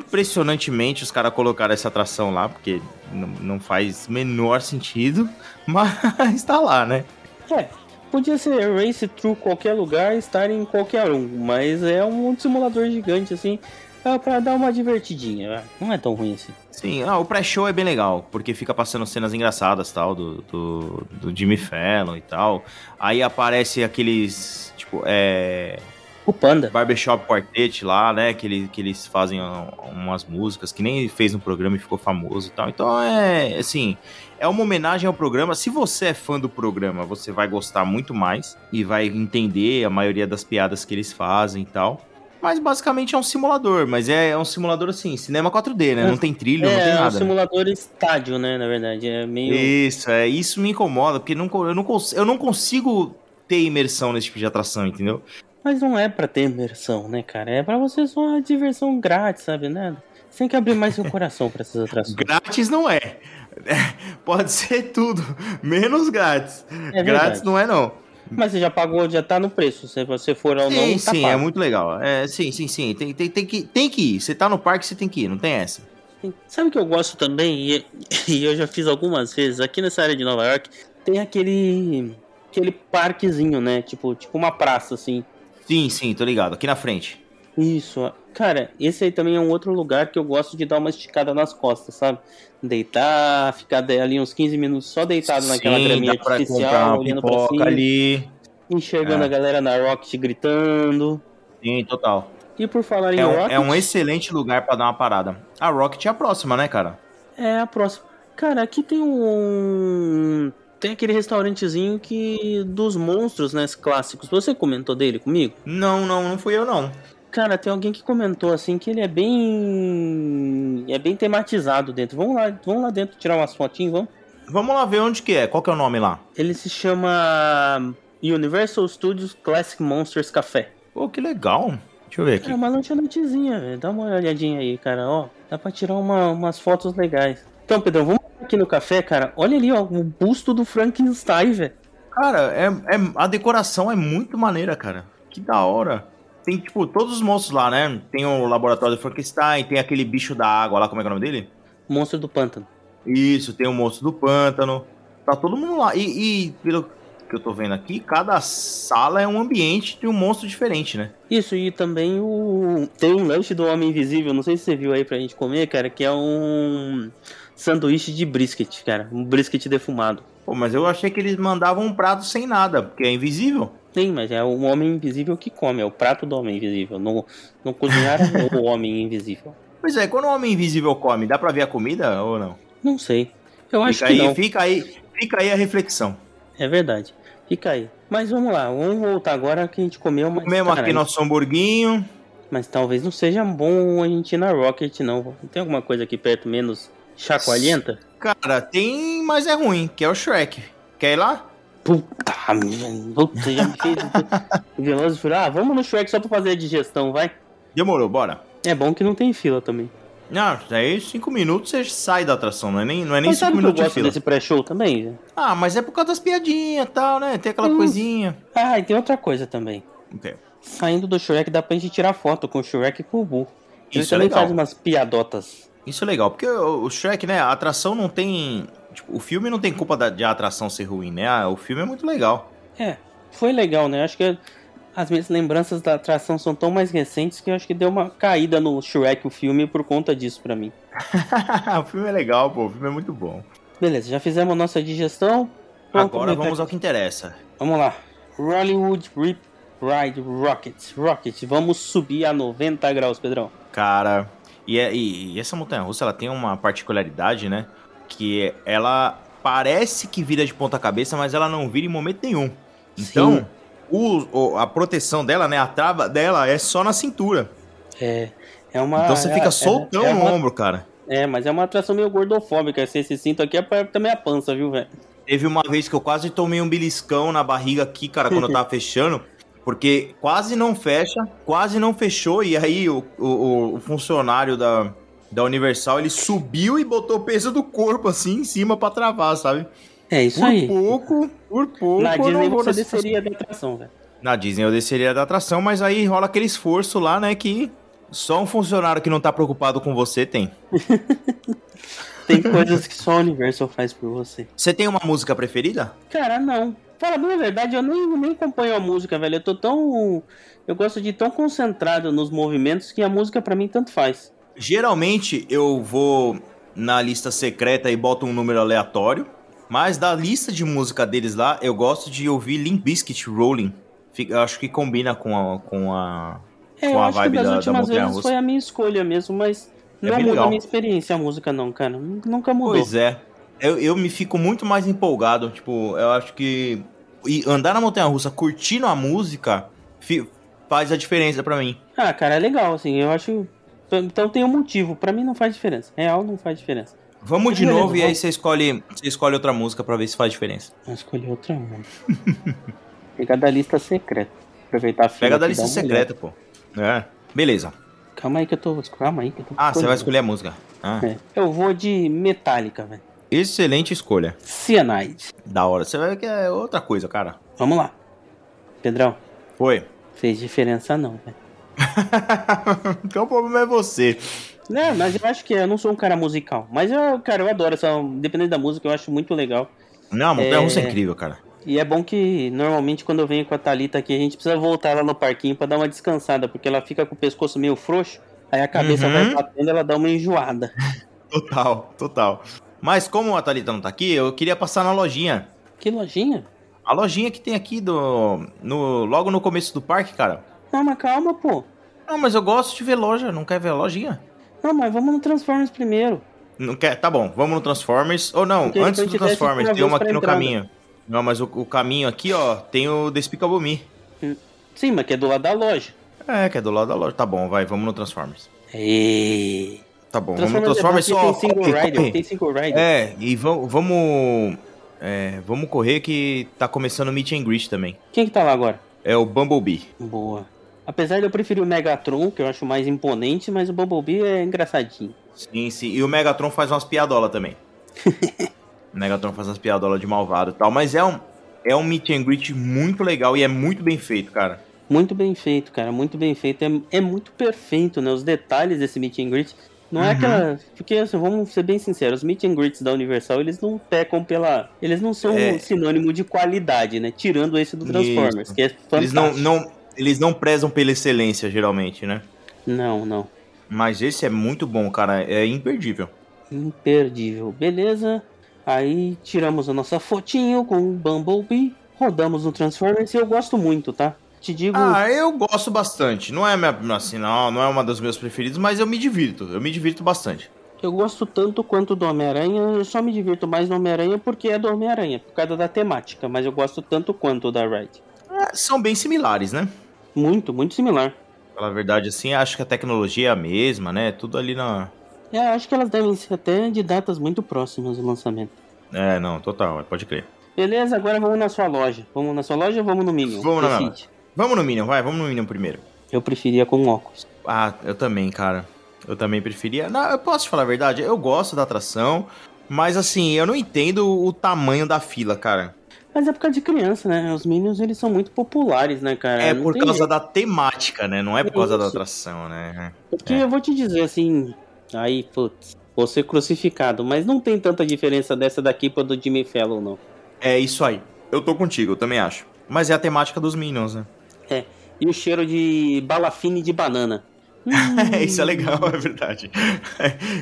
[SPEAKER 1] Impressionantemente os caras colocaram essa atração lá, porque não, não faz menor sentido, mas tá lá, né?
[SPEAKER 2] É, podia ser race through qualquer lugar, estar em qualquer um, mas é um simulador gigante assim, é pra dar uma divertidinha, vai. não é tão ruim assim.
[SPEAKER 1] Sim, ah, o pré-show é bem legal, porque fica passando cenas engraçadas, tal, do, do, do Jimmy Fallon e tal. Aí aparece aqueles, tipo, é...
[SPEAKER 2] O Panda.
[SPEAKER 1] Barbershop Quartet lá, né? Que eles, que eles fazem um- umas músicas que nem ele fez no programa e ficou famoso e tal. Então é assim, é uma homenagem ao programa. Se você é fã do programa, você vai gostar muito mais e vai entender a maioria das piadas que eles fazem e tal. Mas basicamente é um simulador, mas é, é um simulador assim, cinema 4D, né? Não tem trilho, não tem
[SPEAKER 2] é, um
[SPEAKER 1] nada. né?
[SPEAKER 2] simulador estádio, né, na verdade, é meio...
[SPEAKER 1] Isso, é, isso me incomoda, porque não, co- eu, não cons- eu não consigo ter imersão nesse tipo de atração, entendeu?
[SPEAKER 2] Mas não é pra ter imersão, né, cara, é pra você só uma diversão grátis, sabe, né? Você tem que abrir mais seu coração pra essas atrações.
[SPEAKER 1] Grátis não é. Pode ser tudo, menos grátis.
[SPEAKER 2] É
[SPEAKER 1] grátis
[SPEAKER 2] verdade.
[SPEAKER 1] não é, não.
[SPEAKER 2] Mas você já pagou, já tá no preço. Se você for ou
[SPEAKER 1] sim,
[SPEAKER 2] não, tá
[SPEAKER 1] sim,
[SPEAKER 2] pago.
[SPEAKER 1] é muito legal. É, sim, sim, sim. Tem, tem, tem, que, tem que ir. Você tá no parque, você tem que ir, não tem essa.
[SPEAKER 2] Sim. Sabe o que eu gosto também? E, e eu já fiz algumas vezes aqui nessa área de Nova York. Tem aquele aquele parquezinho, né? Tipo, tipo uma praça assim.
[SPEAKER 1] Sim, sim, tô ligado. Aqui na frente.
[SPEAKER 2] Isso. ó. Cara, esse aí também é um outro lugar que eu gosto de dar uma esticada nas costas, sabe? Deitar, ficar de- ali uns 15 minutos só deitado naquela graminha
[SPEAKER 1] dá pra comprar
[SPEAKER 2] artificial,
[SPEAKER 1] uma
[SPEAKER 2] olhando pra
[SPEAKER 1] pipoca
[SPEAKER 2] cima,
[SPEAKER 1] ali.
[SPEAKER 2] enxergando
[SPEAKER 1] É.
[SPEAKER 2] a galera na Rocket gritando.
[SPEAKER 1] Sim, total.
[SPEAKER 2] E por falar em
[SPEAKER 1] É um,
[SPEAKER 2] Rocket,
[SPEAKER 1] é um excelente lugar pra dar uma parada. A Rocket é a próxima, né, cara?
[SPEAKER 2] É a próxima. Cara, aqui tem um. Tem aquele restaurantezinho que. dos monstros, né? Clássicos. Você comentou dele comigo?
[SPEAKER 1] Não, não, não fui eu, não.
[SPEAKER 2] Cara, tem alguém que comentou assim que ele é bem. é bem tematizado dentro. Vamos lá, vamos lá dentro tirar umas fotinhas, vamos.
[SPEAKER 1] Vamos lá ver onde que é. Qual que é o nome lá?
[SPEAKER 2] Ele se chama Universal Studios Classic Monsters Café.
[SPEAKER 1] Pô, que legal. Deixa eu ver aqui.
[SPEAKER 2] É uma lanchonetezinha, velho. Dá uma olhadinha aí, cara. Ó, dá pra tirar uma- umas fotos legais. Então, Pedrão, vamos aqui no café, cara. Olha ali, ó, o busto do Frankenstein, velho.
[SPEAKER 1] Cara, é, é- a decoração é muito maneira, cara. Que da hora. Tem, tipo, todos os monstros lá, né? Tem o laboratório do Frankenstein, tem aquele bicho da água lá, como é que é o nome dele?
[SPEAKER 2] Monstro do Pântano.
[SPEAKER 1] Isso, tem o monstro do pântano. Tá todo mundo lá. E, e, pelo que eu tô vendo aqui, cada sala é um ambiente de um monstro diferente, né?
[SPEAKER 2] Isso, e também o. Tem um lanche do Homem Invisível, não sei se você viu aí pra gente comer, cara, que é um sanduíche de brisket, cara. Um brisket defumado.
[SPEAKER 1] Pô, mas eu achei que eles mandavam um prato sem nada, porque é invisível.
[SPEAKER 2] Tem, mas é o homem invisível que come, é o prato do homem invisível. Não, não cozinharam o homem invisível.
[SPEAKER 1] Pois é, quando o homem invisível come, dá pra ver a comida ou não?
[SPEAKER 2] Não sei. Eu acho
[SPEAKER 1] Fica
[SPEAKER 2] que
[SPEAKER 1] aí,
[SPEAKER 2] não.
[SPEAKER 1] fica aí, fica aí a reflexão.
[SPEAKER 2] É verdade. Fica aí. Mas vamos lá, vamos voltar agora que a gente comeu mais.
[SPEAKER 1] Comemos aqui
[SPEAKER 2] caralho.
[SPEAKER 1] nosso hamburguinho.
[SPEAKER 2] Mas talvez não seja bom a gente ir na Rocket, não. Tem alguma coisa aqui perto menos chacoalhenta?
[SPEAKER 1] Cara, tem, mas é ruim, que é o Shrek. Quer ir lá?
[SPEAKER 2] Puta, merda, puta, já me fez. Veloz e Ah, vamos no Shrek só pra fazer a digestão, vai.
[SPEAKER 1] Demorou, bora.
[SPEAKER 2] É bom que não tem fila também.
[SPEAKER 1] Não, daí cinco minutos você sai da atração, não é nem, não é nem
[SPEAKER 2] Mas
[SPEAKER 1] cinco
[SPEAKER 2] sabe que eu
[SPEAKER 1] minutos de
[SPEAKER 2] gosto
[SPEAKER 1] fila.
[SPEAKER 2] desse pré-show também? Zé?
[SPEAKER 1] Ah, mas é por causa das piadinhas e tal, né? Tem aquela
[SPEAKER 2] Hum.
[SPEAKER 1] coisinha.
[SPEAKER 2] Ah, e tem outra coisa também.
[SPEAKER 1] Ok.
[SPEAKER 2] Saindo do Shrek dá pra gente tirar foto com o Shrek e com o Boo. Ele
[SPEAKER 1] Isso é
[SPEAKER 2] também
[SPEAKER 1] legal.
[SPEAKER 2] faz umas piadotas.
[SPEAKER 1] Isso é legal, porque o o Shrek, né? A atração não tem. Tipo, o filme não tem culpa da, de a atração ser ruim, né? Ah, o filme é muito legal.
[SPEAKER 2] É, foi legal, né? Eu acho que as minhas lembranças da atração são tão mais recentes que eu acho que deu uma caída no Shrek o filme por conta disso pra mim.
[SPEAKER 1] o filme é legal, pô. O filme é muito bom.
[SPEAKER 2] Beleza, já fizemos a nossa digestão.
[SPEAKER 1] Agora
[SPEAKER 2] Vamos comentar
[SPEAKER 1] vamos ao que interessa.
[SPEAKER 2] Vamos lá. Hollywood Rip Ride Rocket. Rocket, vamos subir a 90 graus, Pedrão.
[SPEAKER 1] Cara, e, é- e- e essa montanha russa ela tem uma particularidade, né? Que ela parece que vira de ponta cabeça, mas ela não vira em momento nenhum.
[SPEAKER 2] Sim.
[SPEAKER 1] Então, o- o- a proteção dela, né? A trava dela é só na cintura.
[SPEAKER 2] É, é uma.
[SPEAKER 1] então você
[SPEAKER 2] é-
[SPEAKER 1] fica
[SPEAKER 2] é-
[SPEAKER 1] soltão
[SPEAKER 2] é
[SPEAKER 1] no
[SPEAKER 2] uma-
[SPEAKER 1] ombro, cara.
[SPEAKER 2] É, mas é uma atração meio gordofóbica. Esse, esse cinto aqui é pra também a pança, viu, velho?
[SPEAKER 1] Teve uma vez que eu quase tomei um beliscão na barriga aqui, cara, quando eu tava fechando. Porque quase não fecha, quase não fechou. E aí o, o- o funcionário da, da Universal, ele subiu e botou o peso do corpo assim em cima pra travar, sabe?
[SPEAKER 2] É isso
[SPEAKER 1] Por
[SPEAKER 2] aí.
[SPEAKER 1] pouco, por pouco.
[SPEAKER 2] Na
[SPEAKER 1] eu
[SPEAKER 2] Disney
[SPEAKER 1] não vou
[SPEAKER 2] você
[SPEAKER 1] nessa-
[SPEAKER 2] desceria da atração, velho.
[SPEAKER 1] Na Disney eu desceria da atração, mas aí rola aquele esforço lá, né, que só um funcionário que não tá preocupado com você tem.
[SPEAKER 2] Tem coisas que só o Universal faz por você.
[SPEAKER 1] Você tem uma música preferida?
[SPEAKER 2] Cara, não. Fala bem a verdade, eu nem, nem acompanho a música, velho. Eu tô tão. Eu gosto de ir tão concentrado nos movimentos que a música pra mim tanto faz.
[SPEAKER 1] Geralmente eu vou na lista secreta e boto um número aleatório, mas da lista de música deles lá, eu gosto de ouvir Limp Bizkit Rolling. Fica- Eu acho que combina com a, com a...
[SPEAKER 2] É,
[SPEAKER 1] com
[SPEAKER 2] eu
[SPEAKER 1] a
[SPEAKER 2] acho que
[SPEAKER 1] vibe
[SPEAKER 2] das
[SPEAKER 1] da- da
[SPEAKER 2] últimas
[SPEAKER 1] montanha
[SPEAKER 2] vezes
[SPEAKER 1] russa.
[SPEAKER 2] foi a minha escolha mesmo, mas
[SPEAKER 1] É
[SPEAKER 2] não
[SPEAKER 1] bem
[SPEAKER 2] muda a
[SPEAKER 1] legal.
[SPEAKER 2] minha experiência a música não, cara. Nunca mudou.
[SPEAKER 1] Pois é. Eu, eu me fico muito mais empolgado. Tipo, eu acho que e andar na montanha-russa curtindo a música fi- faz a diferença pra mim.
[SPEAKER 2] Ah, cara, é legal, assim, eu acho... Então tem um motivo, pra mim não faz diferença. Real não faz diferença.
[SPEAKER 1] Vamos de
[SPEAKER 2] Beleza,
[SPEAKER 1] novo e aí
[SPEAKER 2] vamos.
[SPEAKER 1] você escolhe, você escolhe outra música pra ver se faz diferença.
[SPEAKER 2] Eu escolhi outra uma. Pegar da lista secreta. Aproveitar a fila
[SPEAKER 1] Pega da
[SPEAKER 2] aqui,
[SPEAKER 1] lista
[SPEAKER 2] dar uma olhada.
[SPEAKER 1] secreta, pô. É. Beleza.
[SPEAKER 2] Calma aí que eu tô... Calma aí que eu tô...
[SPEAKER 1] Ah, você vai escolher a música. Ah.
[SPEAKER 2] É, Eu vou de Metallica, velho.
[SPEAKER 1] Excelente escolha.
[SPEAKER 2] Cyanide.
[SPEAKER 1] Da hora. Você vai ver que é outra coisa, cara.
[SPEAKER 2] Vamos lá. Pedrão,
[SPEAKER 1] Foi.
[SPEAKER 2] fez diferença não, velho.
[SPEAKER 1] então o problema é você.
[SPEAKER 2] Não, mas eu acho que é, eu não sou um cara musical. Mas eu, cara, eu adoro essa. Dependendo da música, eu acho muito legal.
[SPEAKER 1] Não, a montanha russa é...
[SPEAKER 2] É.
[SPEAKER 1] incrível, cara.
[SPEAKER 2] E é bom que normalmente quando eu venho com a Thalita aqui, a gente precisa voltar lá no parquinho pra dar uma descansada, porque ela fica com o pescoço meio frouxo, aí a cabeça
[SPEAKER 1] Uhum.
[SPEAKER 2] vai batendo ela dá uma enjoada.
[SPEAKER 1] Total, total. Mas como a Thalita não tá aqui, eu queria passar na lojinha.
[SPEAKER 2] Que lojinha?
[SPEAKER 1] A lojinha que tem aqui do. No, logo no começo do parque, cara.
[SPEAKER 2] Não, mas calma, pô.
[SPEAKER 1] Não, mas eu gosto de ver loja, não quer ver a lojinha?
[SPEAKER 2] Não, mas vamos no Transformers primeiro.
[SPEAKER 1] Não quer? Tá bom, vamos no Transformers. Ou não,
[SPEAKER 2] Porque
[SPEAKER 1] antes
[SPEAKER 2] depois
[SPEAKER 1] do
[SPEAKER 2] te desce
[SPEAKER 1] Transformers,
[SPEAKER 2] uma
[SPEAKER 1] tem uma
[SPEAKER 2] vez
[SPEAKER 1] aqui
[SPEAKER 2] pra né?
[SPEAKER 1] no
[SPEAKER 2] entrada.
[SPEAKER 1] caminho. Não, mas o, o caminho aqui, ó, tem o Despicable Me.
[SPEAKER 2] Sim, mas que é do lado da loja.
[SPEAKER 1] É, que é do lado da loja. Tá bom, vai, vamos no Transformers.
[SPEAKER 2] E...
[SPEAKER 1] Tá bom, vamos no
[SPEAKER 2] Transformers, é bom
[SPEAKER 1] Transformers só.
[SPEAKER 2] porque tem single
[SPEAKER 1] corre,
[SPEAKER 2] rider,
[SPEAKER 1] corre.
[SPEAKER 2] tem single rider.
[SPEAKER 1] É, e vamos. Vamos, é, vamos correr que tá começando o meet and greet também.
[SPEAKER 2] Quem que tá lá agora?
[SPEAKER 1] É o Bumblebee.
[SPEAKER 2] Boa. Apesar de eu preferir o Megatron, que eu acho mais imponente, mas o Bumblebee é engraçadinho.
[SPEAKER 1] Sim, sim. E o Megatron faz umas piadolas também. o Megatron faz umas piadolas de malvado e tal. Mas é um, é um meet and greet muito legal e é muito bem feito, cara.
[SPEAKER 2] Muito bem feito, cara. Muito bem feito. É, é muito perfeito, né? Os detalhes desse meet and greet. Não é
[SPEAKER 1] Uhum.
[SPEAKER 2] aquela. Porque, assim, vamos ser bem sinceros, os meet and greets da Universal, eles não pecam pela. Eles não são
[SPEAKER 1] É.
[SPEAKER 2] sinônimo de qualidade, né? Tirando esse do Transformers,
[SPEAKER 1] Isso.
[SPEAKER 2] que é
[SPEAKER 1] Eles
[SPEAKER 2] fantástico.
[SPEAKER 1] não, não, eles não prezam pela excelência, geralmente, né?
[SPEAKER 2] não, não.
[SPEAKER 1] Mas esse é muito bom, cara. É imperdível.
[SPEAKER 2] Imperdível. Beleza. Aí tiramos a nossa fotinho com o Bumblebee. rodamos no Transformers e eu gosto muito, tá? Te digo.
[SPEAKER 1] Ah, eu gosto bastante. Não é minha, assim, não, não é uma das minhas preferidas, mas eu me divirto. Eu me divirto bastante.
[SPEAKER 2] Eu gosto tanto quanto do Homem-Aranha, eu só me divirto mais no Homem-Aranha porque é do Homem-Aranha, por causa da temática, mas eu gosto tanto quanto da Ride.
[SPEAKER 1] É, são bem similares, né?
[SPEAKER 2] Muito, muito similar.
[SPEAKER 1] Pela verdade, assim, acho que a tecnologia é a mesma, né? Tudo ali na.
[SPEAKER 2] É, acho que elas devem ser até de datas muito próximas do lançamento.
[SPEAKER 1] É, não, total, pode crer.
[SPEAKER 2] Beleza, agora vamos na sua loja. Vamos na sua loja ou vamos no Minion?
[SPEAKER 1] Vamos na
[SPEAKER 2] Decide.
[SPEAKER 1] Vamos no Minion, vai, vamos no Minion primeiro.
[SPEAKER 2] Eu preferia com óculos.
[SPEAKER 1] Ah, eu também, cara. Eu também preferia. Não, eu posso te falar a verdade, eu gosto da atração, mas assim, eu não entendo o tamanho da fila, cara.
[SPEAKER 2] Mas é por causa de criança, né? Os Minions, eles são muito populares, né, cara?
[SPEAKER 1] É
[SPEAKER 2] Não
[SPEAKER 1] por
[SPEAKER 2] tem
[SPEAKER 1] causa
[SPEAKER 2] jeito.
[SPEAKER 1] da temática, né? Não é por causa da
[SPEAKER 2] Isso.
[SPEAKER 1] atração, né?
[SPEAKER 2] Porque
[SPEAKER 1] é.
[SPEAKER 2] eu vou te dizer, assim... Aí, putz, vou ser crucificado. Mas não tem tanta diferença dessa daqui pra do Jimmy Fallon, não.
[SPEAKER 1] É isso aí. Eu tô contigo, eu também acho. Mas é a temática dos Minions, né?
[SPEAKER 2] E o cheiro de balafine de banana. Hum,
[SPEAKER 1] isso é legal, é verdade.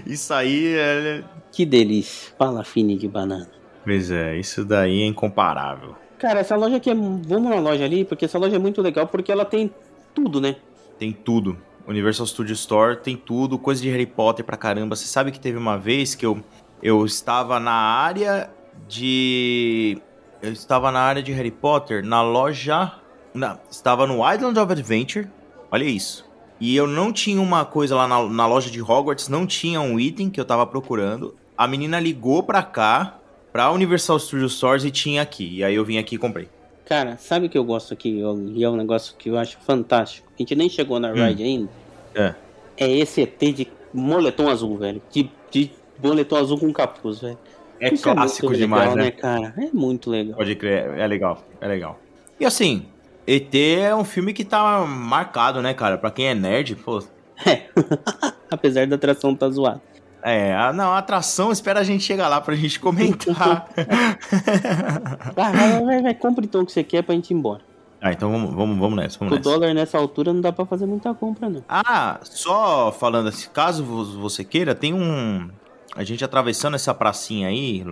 [SPEAKER 1] isso aí é.
[SPEAKER 2] que delícia. Balafine de banana.
[SPEAKER 1] Pois é, isso daí é incomparável.
[SPEAKER 2] Cara, essa loja aqui é... Vamos na loja ali, porque essa loja é muito legal, porque ela tem tudo, né?
[SPEAKER 1] Tem tudo. Universal Studio Store tem tudo, coisa de Harry Potter pra caramba. Você sabe que teve uma vez que eu, eu estava na área de. Eu estava na área de Harry Potter, na loja. Não, estava no Island of Adventure. Olha isso. E eu não tinha uma coisa lá na, na loja de Hogwarts, não tinha um item que eu tava procurando. A menina ligou pra cá, pra Universal Studio Stores, e tinha aqui. E aí eu vim aqui e comprei.
[SPEAKER 2] Cara, sabe o que eu gosto aqui? Eu- E é um negócio que eu acho fantástico. A gente nem chegou na ride ainda.
[SPEAKER 1] Hum. É.
[SPEAKER 2] É esse ET de moletom azul, velho. De, de moletom azul com capuz, velho.
[SPEAKER 1] É
[SPEAKER 2] Isso
[SPEAKER 1] clássico
[SPEAKER 2] muito
[SPEAKER 1] demais,
[SPEAKER 2] legal,
[SPEAKER 1] né?
[SPEAKER 2] cara? É muito legal.
[SPEAKER 1] Pode crer, é legal, é legal. E assim, ET é um filme que tá marcado, né, cara? Pra quem é nerd, pô.
[SPEAKER 2] Apesar da atração tá zoada.
[SPEAKER 1] É, a- não, a atração espera a gente chegar lá pra gente comentar.
[SPEAKER 2] Ah, vai, vai, vai, compra então o que você quer pra gente ir embora.
[SPEAKER 1] ah, então vamos, vamos, vamos nessa,
[SPEAKER 2] O
[SPEAKER 1] vamos nessa.
[SPEAKER 2] dólar nessa altura não dá pra fazer muita compra, não.
[SPEAKER 1] Ah, só falando assim, caso vo- você queira, tem um. A gente atravessando essa pracinha aí,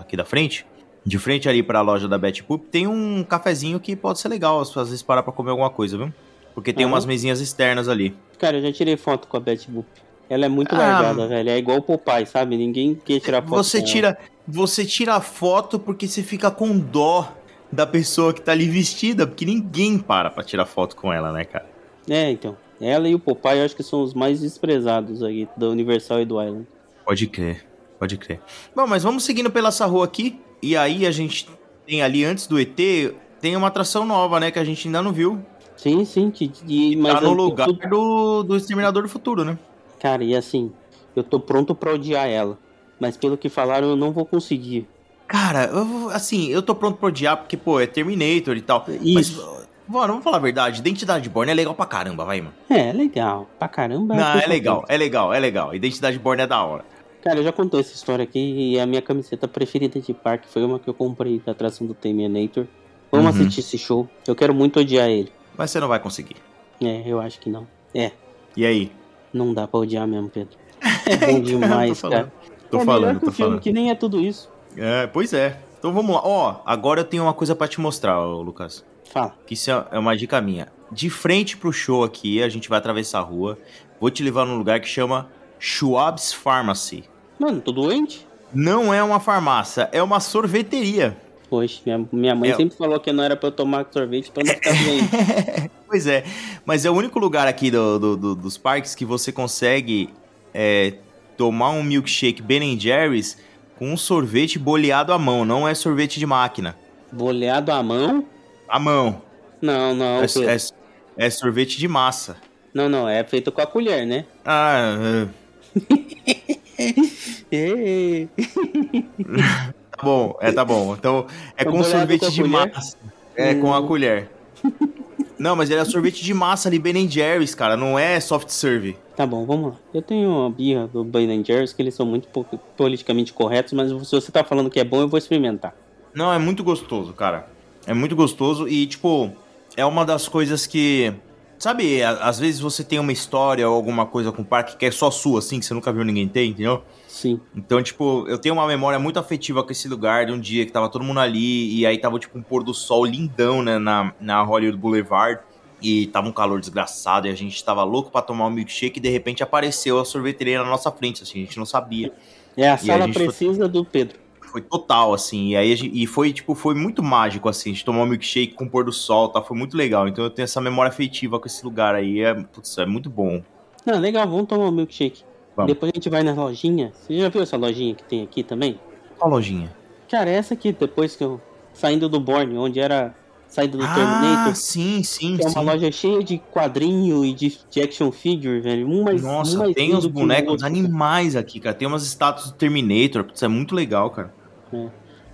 [SPEAKER 1] aqui da frente, de frente ali pra loja da Bet Pup, tem um cafezinho que pode ser legal, às vezes parar pra comer alguma coisa, viu? Porque tem
[SPEAKER 2] Ah,
[SPEAKER 1] umas mesinhas externas ali.
[SPEAKER 2] Cara, eu já tirei foto com a Betboop. Ela é muito
[SPEAKER 1] Ah,
[SPEAKER 2] largada, velho. É igual o Popeye, sabe? Ninguém quer tirar foto.
[SPEAKER 1] Você
[SPEAKER 2] com ela.
[SPEAKER 1] tira, você tira a foto porque você fica com dó da pessoa que tá ali vestida, porque ninguém para pra tirar foto com ela, né, cara?
[SPEAKER 2] É, então. Ela e o Popeye eu acho que são os mais desprezados aí da Universal e do Island.
[SPEAKER 1] Pode crer, pode crer. Bom, mas vamos seguindo pela essa rua aqui, e aí a gente tem ali antes do ET, tem uma atração nova, né, que a gente ainda não viu.
[SPEAKER 2] Sim, sim. Que, e, mas
[SPEAKER 1] tá no
[SPEAKER 2] eu-
[SPEAKER 1] lugar
[SPEAKER 2] eu-
[SPEAKER 1] do, do Exterminador do Futuro, né?
[SPEAKER 2] Cara, e assim, eu tô pronto pra odiar ela. Mas pelo que falaram, eu não vou conseguir.
[SPEAKER 1] Cara, eu vou- assim, eu tô pronto pra odiar, porque, pô, é Terminator e tal.
[SPEAKER 2] Isso.
[SPEAKER 1] Mas, mano, vamos falar a verdade, Identidade Borne é legal pra caramba, vai, mano.
[SPEAKER 2] É, legal. Pra caramba. eu
[SPEAKER 1] Não,
[SPEAKER 2] tô
[SPEAKER 1] é legal,
[SPEAKER 2] contente.
[SPEAKER 1] é legal, é legal. Identidade Borne é da hora.
[SPEAKER 2] Cara, eu já contou essa história aqui e a minha camiseta preferida de parque foi uma que eu comprei da atração do Terminator. Vamos
[SPEAKER 1] Uhum.
[SPEAKER 2] assistir esse show. Eu quero muito odiar ele.
[SPEAKER 1] Mas você não vai conseguir.
[SPEAKER 2] É, eu acho que não. É,
[SPEAKER 1] E aí?
[SPEAKER 2] não dá pra odiar mesmo, Pedro. É bom demais,
[SPEAKER 1] tô
[SPEAKER 2] cara.
[SPEAKER 1] falando. Tô
[SPEAKER 2] é melhor
[SPEAKER 1] falando,
[SPEAKER 2] que o
[SPEAKER 1] tô
[SPEAKER 2] filme,
[SPEAKER 1] falando.
[SPEAKER 2] que nem é tudo isso.
[SPEAKER 1] É, pois é. Então vamos lá. Ó, agora eu tenho uma coisa pra te mostrar, ô, Lucas.
[SPEAKER 2] Fala.
[SPEAKER 1] Que isso é é uma dica minha. De frente pro show aqui, a gente vai atravessar a rua. Vou te levar num lugar que chama Schwab's Pharmacy.
[SPEAKER 2] Mano, tô doente?
[SPEAKER 1] Não é uma farmácia, é uma sorveteria.
[SPEAKER 2] Poxa, minha, minha mãe
[SPEAKER 1] É.
[SPEAKER 2] sempre falou que não era pra eu tomar sorvete pra não ficar doente.
[SPEAKER 1] Pois é. Mas é o único lugar aqui do- do- do- dos parques que você consegue é, tomar um milkshake Ben Jerry's com um sorvete boleado à mão. Não é sorvete de máquina.
[SPEAKER 2] Boleado à mão?
[SPEAKER 1] À mão.
[SPEAKER 2] Não, não,
[SPEAKER 1] É,
[SPEAKER 2] Pedro.
[SPEAKER 1] é- é sorvete de massa.
[SPEAKER 2] Não, não, é feito com a colher, né?
[SPEAKER 1] Ah, é,
[SPEAKER 2] É,
[SPEAKER 1] tá bom, é, tá bom. Então, é
[SPEAKER 2] Tá
[SPEAKER 1] com
[SPEAKER 2] bolado com
[SPEAKER 1] sorvete
[SPEAKER 2] a
[SPEAKER 1] de
[SPEAKER 2] colher?
[SPEAKER 1] massa. É, com a colher. Não, mas ele é sorvete de massa ali, Ben Jerry's, cara. Não é soft serve.
[SPEAKER 2] Tá bom, vamos lá. Eu tenho uma birra do Ben Jerry's, que eles são muito po- politicamente corretos, mas se você tá falando que é bom, eu vou experimentar.
[SPEAKER 1] Não, é muito gostoso, cara. É muito gostoso e, tipo, é uma das coisas que Sabe, a- às vezes você tem uma história ou alguma coisa com o parque que é só sua, assim, que você nunca viu ninguém ter, entendeu?
[SPEAKER 2] Sim.
[SPEAKER 1] Então, tipo, eu tenho uma memória muito afetiva com esse lugar de um dia que tava todo mundo ali e aí tava, tipo, um pôr do sol lindão, né, na, na Hollywood Boulevard. E tava um calor desgraçado e a gente tava louco pra tomar um milkshake e de repente apareceu a sorveteria na nossa frente, assim, a gente não sabia.
[SPEAKER 2] É a
[SPEAKER 1] a
[SPEAKER 2] sala
[SPEAKER 1] gente foi-
[SPEAKER 2] precisa do Pedro.
[SPEAKER 1] Foi total, assim, e aí a gente- e foi, tipo, foi muito mágico, assim, a gente tomou um milkshake com o pôr do sol, tá, foi muito legal. Então eu tenho essa memória afetiva com esse lugar aí, é, putz, é muito bom.
[SPEAKER 2] Não, legal, vamos tomar um milkshake.
[SPEAKER 1] Vamos.
[SPEAKER 2] Depois a gente vai na lojinha. Você já viu essa lojinha que tem aqui também?
[SPEAKER 1] Qual lojinha?
[SPEAKER 2] Cara, essa aqui, depois que eu. Saindo do Borne, onde era. Saindo do
[SPEAKER 1] Ah,
[SPEAKER 2] Terminator.
[SPEAKER 1] sim, sim,
[SPEAKER 2] Que é
[SPEAKER 1] sim.
[SPEAKER 2] uma loja cheia de quadrinho e de, de action figure, velho. Um mais, um
[SPEAKER 1] Nossa,
[SPEAKER 2] mais
[SPEAKER 1] tem
[SPEAKER 2] lindo
[SPEAKER 1] uns
[SPEAKER 2] que o
[SPEAKER 1] bonecos
[SPEAKER 2] outro.
[SPEAKER 1] animais aqui, cara. Tem umas estátuas do Terminator. Isso é muito legal, cara.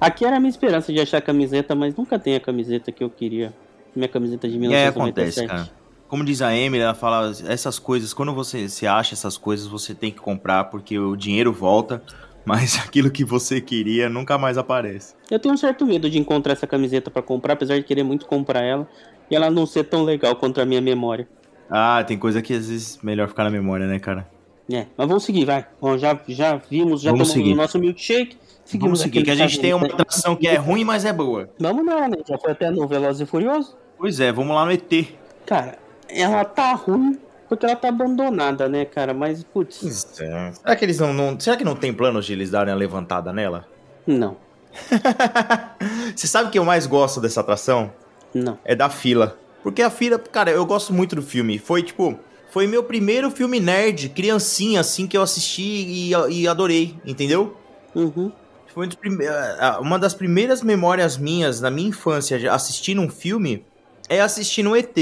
[SPEAKER 2] Aqui era a minha esperança de achar camiseta, mas nunca tem a camiseta que eu queria. Minha camiseta de
[SPEAKER 1] E aí acontece,
[SPEAKER 2] 1997.
[SPEAKER 1] cara. Como diz a Emily, ela fala: essas coisas, quando você se acha essas coisas, você tem que comprar, porque o dinheiro volta, mas aquilo que você queria nunca mais aparece.
[SPEAKER 2] Eu tenho um certo medo de encontrar essa camiseta pra comprar, apesar de querer muito comprar ela. E ela não ser tão legal contra a minha memória.
[SPEAKER 1] Ah, tem coisa que às vezes melhor ficar na memória, né, cara?
[SPEAKER 2] É, mas vamos seguir, vai. Bom, já, já vimos, já
[SPEAKER 1] Vamos
[SPEAKER 2] tomamos
[SPEAKER 1] seguir.
[SPEAKER 2] o nosso milkshake.
[SPEAKER 1] Vamos seguir,
[SPEAKER 2] aquele
[SPEAKER 1] que a gente tem uma
[SPEAKER 2] caminho, né?
[SPEAKER 1] atração que é ruim, mas é boa.
[SPEAKER 2] Vamos não, né? Já foi até no Veloz e Furioso.
[SPEAKER 1] Pois é, vamos lá no ET.
[SPEAKER 2] Cara, ela tá ruim porque ela tá abandonada, né, cara? Mas, putz,
[SPEAKER 1] é. Será que eles não, não- Será que não tem planos de eles darem a levantada nela?
[SPEAKER 2] não,
[SPEAKER 1] Você sabe o que eu mais gosto dessa atração?
[SPEAKER 2] não.
[SPEAKER 1] é da fila. Porque a fila, cara, eu gosto muito do filme. Foi tipo, foi meu primeiro filme nerd, criancinha, assim, que eu assisti e, e adorei, entendeu?
[SPEAKER 2] Uhum.
[SPEAKER 1] Foi um dos prime- ah, ah, uma das primeiras memórias minhas na minha infância de assistir um filme é assistir um ET.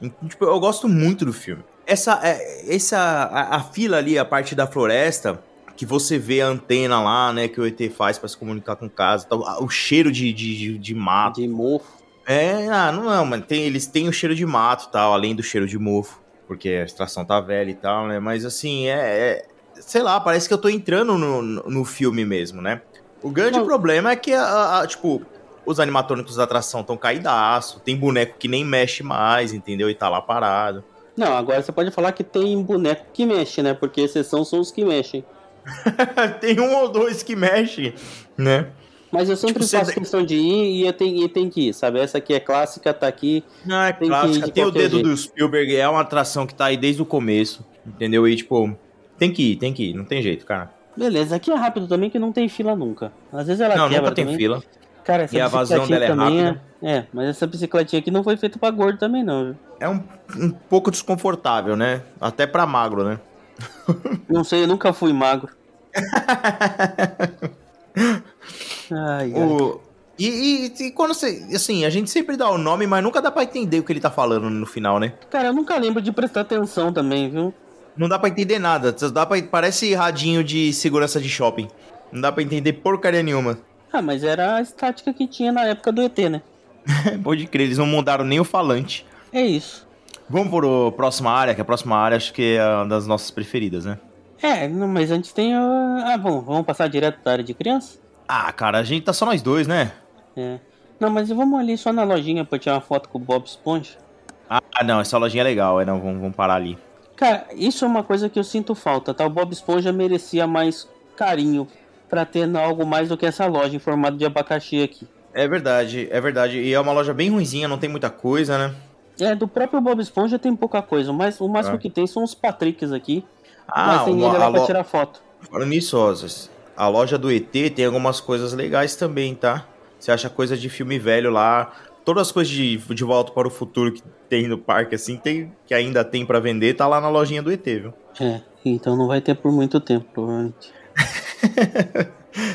[SPEAKER 1] Então, Tipo, eu gosto muito do filme. Essa, é, essa a, a fila ali, a parte da floresta, que você vê a antena lá, né, que o ET faz pra se comunicar com casa, tal, ah, o cheiro de, de, de, de mato.
[SPEAKER 2] De mofo.
[SPEAKER 1] É, ah, não, não, mano. Tem, eles têm o cheiro de mato e tal, além do cheiro de mofo, porque a extração tá velha e tal, né? Mas assim, é. é- sei lá, parece que eu tô entrando no, no no filme mesmo, né? O grande
[SPEAKER 2] Não.
[SPEAKER 1] problema é que, a- a- tipo, os animatrônicos da atração estão caidaço, tem boneco que nem mexe mais, entendeu? E tá lá parado.
[SPEAKER 2] Não, agora você pode falar que tem boneco que mexe, né? Porque exceção são os que mexem.
[SPEAKER 1] tem um ou dois que mexem, né?
[SPEAKER 2] Mas eu sempre
[SPEAKER 1] Tipo, você
[SPEAKER 2] faço
[SPEAKER 1] de-
[SPEAKER 2] questão de ir e eu tenho, e tem que ir, sabe? Essa aqui é clássica, tá aqui.
[SPEAKER 1] Ah, é
[SPEAKER 2] Tem que ir
[SPEAKER 1] clássica.
[SPEAKER 2] de
[SPEAKER 1] Tem o
[SPEAKER 2] qualquer
[SPEAKER 1] dedo
[SPEAKER 2] jeito.
[SPEAKER 1] do Spielberg, é uma atração que tá aí desde o começo, entendeu? E, tipo, tem que ir, tem que ir, não tem jeito, cara.
[SPEAKER 2] Beleza, aqui é rápido também que não tem fila nunca. Às vezes ela
[SPEAKER 1] Não,
[SPEAKER 2] quebra
[SPEAKER 1] nunca tem
[SPEAKER 2] também.
[SPEAKER 1] fila.
[SPEAKER 2] Cara, essa
[SPEAKER 1] E a vazão
[SPEAKER 2] bicicletinha
[SPEAKER 1] dela é
[SPEAKER 2] também É... é, mas essa bicicletinha aqui não foi feita pra gordo também, não. viu?
[SPEAKER 1] É um, um pouco desconfortável, né? Até pra magro, né?
[SPEAKER 2] Não sei, eu nunca fui magro. Ai, ai.
[SPEAKER 1] O- E, e- e quando você. Assim, a gente sempre dá o nome, mas nunca dá pra entender o que ele tá falando no final, né?
[SPEAKER 2] Cara, eu nunca lembro de prestar atenção também, viu?
[SPEAKER 1] Não dá pra entender nada. só Dá pra, parece radinho de segurança de shopping. Não dá pra entender porcaria nenhuma.
[SPEAKER 2] Ah, mas era a estática que tinha na época do ET, né?
[SPEAKER 1] Pode crer, eles não mudaram nem o falante.
[SPEAKER 2] É isso.
[SPEAKER 1] Vamos pro próxima área, que a próxima área acho que é uma das nossas preferidas, né?
[SPEAKER 2] É, não, mas antes tem. ah Ah, bom, vamos passar direto da área de criança?
[SPEAKER 1] Ah, cara, a gente tá só nós dois, né?
[SPEAKER 2] É. Não, mas vamos ali só na lojinha pra tirar uma foto com o Bob Esponja.
[SPEAKER 1] Ah, não, essa lojinha é legal, é não, vamos, vamos parar ali.
[SPEAKER 2] Cara, isso é uma coisa que eu sinto falta, tá? O Bob Esponja merecia mais carinho pra ter na- algo mais do que essa loja em formato de abacaxi aqui.
[SPEAKER 1] É verdade, é verdade. E é uma loja bem ruinzinha, não tem muita coisa, né?
[SPEAKER 2] É, do próprio Bob Esponja tem pouca coisa, mas o máximo
[SPEAKER 1] É.
[SPEAKER 2] que tem são os Patricks aqui.
[SPEAKER 1] Ah,
[SPEAKER 2] mas tem
[SPEAKER 1] uma-
[SPEAKER 2] ele
[SPEAKER 1] a
[SPEAKER 2] lá pra
[SPEAKER 1] lo-
[SPEAKER 2] tirar foto.
[SPEAKER 1] falando nisso, Osas, a loja do ET tem algumas coisas legais também, tá? Você acha coisa de filme velho lá, todas as coisas de, de Volta para o Futuro que tem no parque, assim, tem, que ainda tem pra vender, tá lá na lojinha do ET, viu?
[SPEAKER 2] É, então não vai ter por muito tempo, provavelmente.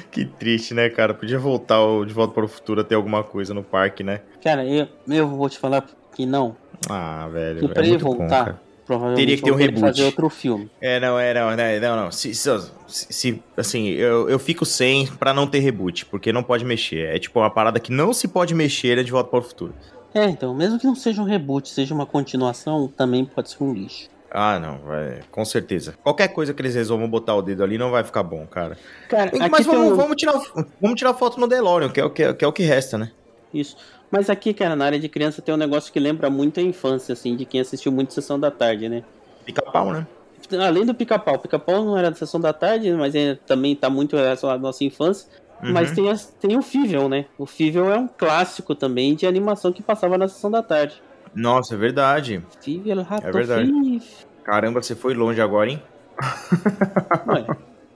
[SPEAKER 1] Que triste, né, cara? Podia voltar o De Volta para o Futuro a ter alguma coisa no parque, né?
[SPEAKER 2] Cara, eu, eu vou te falar que não.
[SPEAKER 1] Ah, velho,
[SPEAKER 2] Que pra
[SPEAKER 1] é
[SPEAKER 2] ele
[SPEAKER 1] muito bom,
[SPEAKER 2] voltar,
[SPEAKER 1] cara.
[SPEAKER 2] provavelmente
[SPEAKER 1] Teria que ter
[SPEAKER 2] vão
[SPEAKER 1] um
[SPEAKER 2] querer
[SPEAKER 1] reboot.
[SPEAKER 2] fazer outro filme.
[SPEAKER 1] É, não, é, não, né, não, não. Se, se, se- se- assim, eu, eu fico sem pra não ter reboot, porque não pode mexer. É tipo uma parada que não se pode mexer é De Volta para o Futuro.
[SPEAKER 2] É, então, mesmo que não seja um reboot, seja uma continuação, também pode ser um lixo.
[SPEAKER 1] Ah, não, vai, com certeza. Qualquer coisa que eles resolvam botar o dedo ali não vai ficar bom, cara.
[SPEAKER 2] Cara, aqui
[SPEAKER 1] Mas
[SPEAKER 2] tem
[SPEAKER 1] vamos,
[SPEAKER 2] um...
[SPEAKER 1] vamos tirar, vamos tirar foto no DeLorean, que é, o que, que é o que resta, né?
[SPEAKER 2] Isso. Mas aqui, cara, na área de criança tem um negócio que lembra muito a infância, assim, de quem assistiu muito Sessão da Tarde, né?
[SPEAKER 1] Pica-pau, né?
[SPEAKER 2] Além do pica-pau. Pica-pau não era da Sessão da Tarde, mas é- também tá muito relacionado à nossa infância.
[SPEAKER 1] Uhum.
[SPEAKER 2] Mas tem, as- tem o Fível, né? O Fível é um clássico também de animação que passava na Sessão da Tarde.
[SPEAKER 1] Nossa, é verdade.
[SPEAKER 2] Fível, rato,
[SPEAKER 1] É verdade.
[SPEAKER 2] Fível.
[SPEAKER 1] Caramba, você foi longe agora, hein?
[SPEAKER 2] Ué,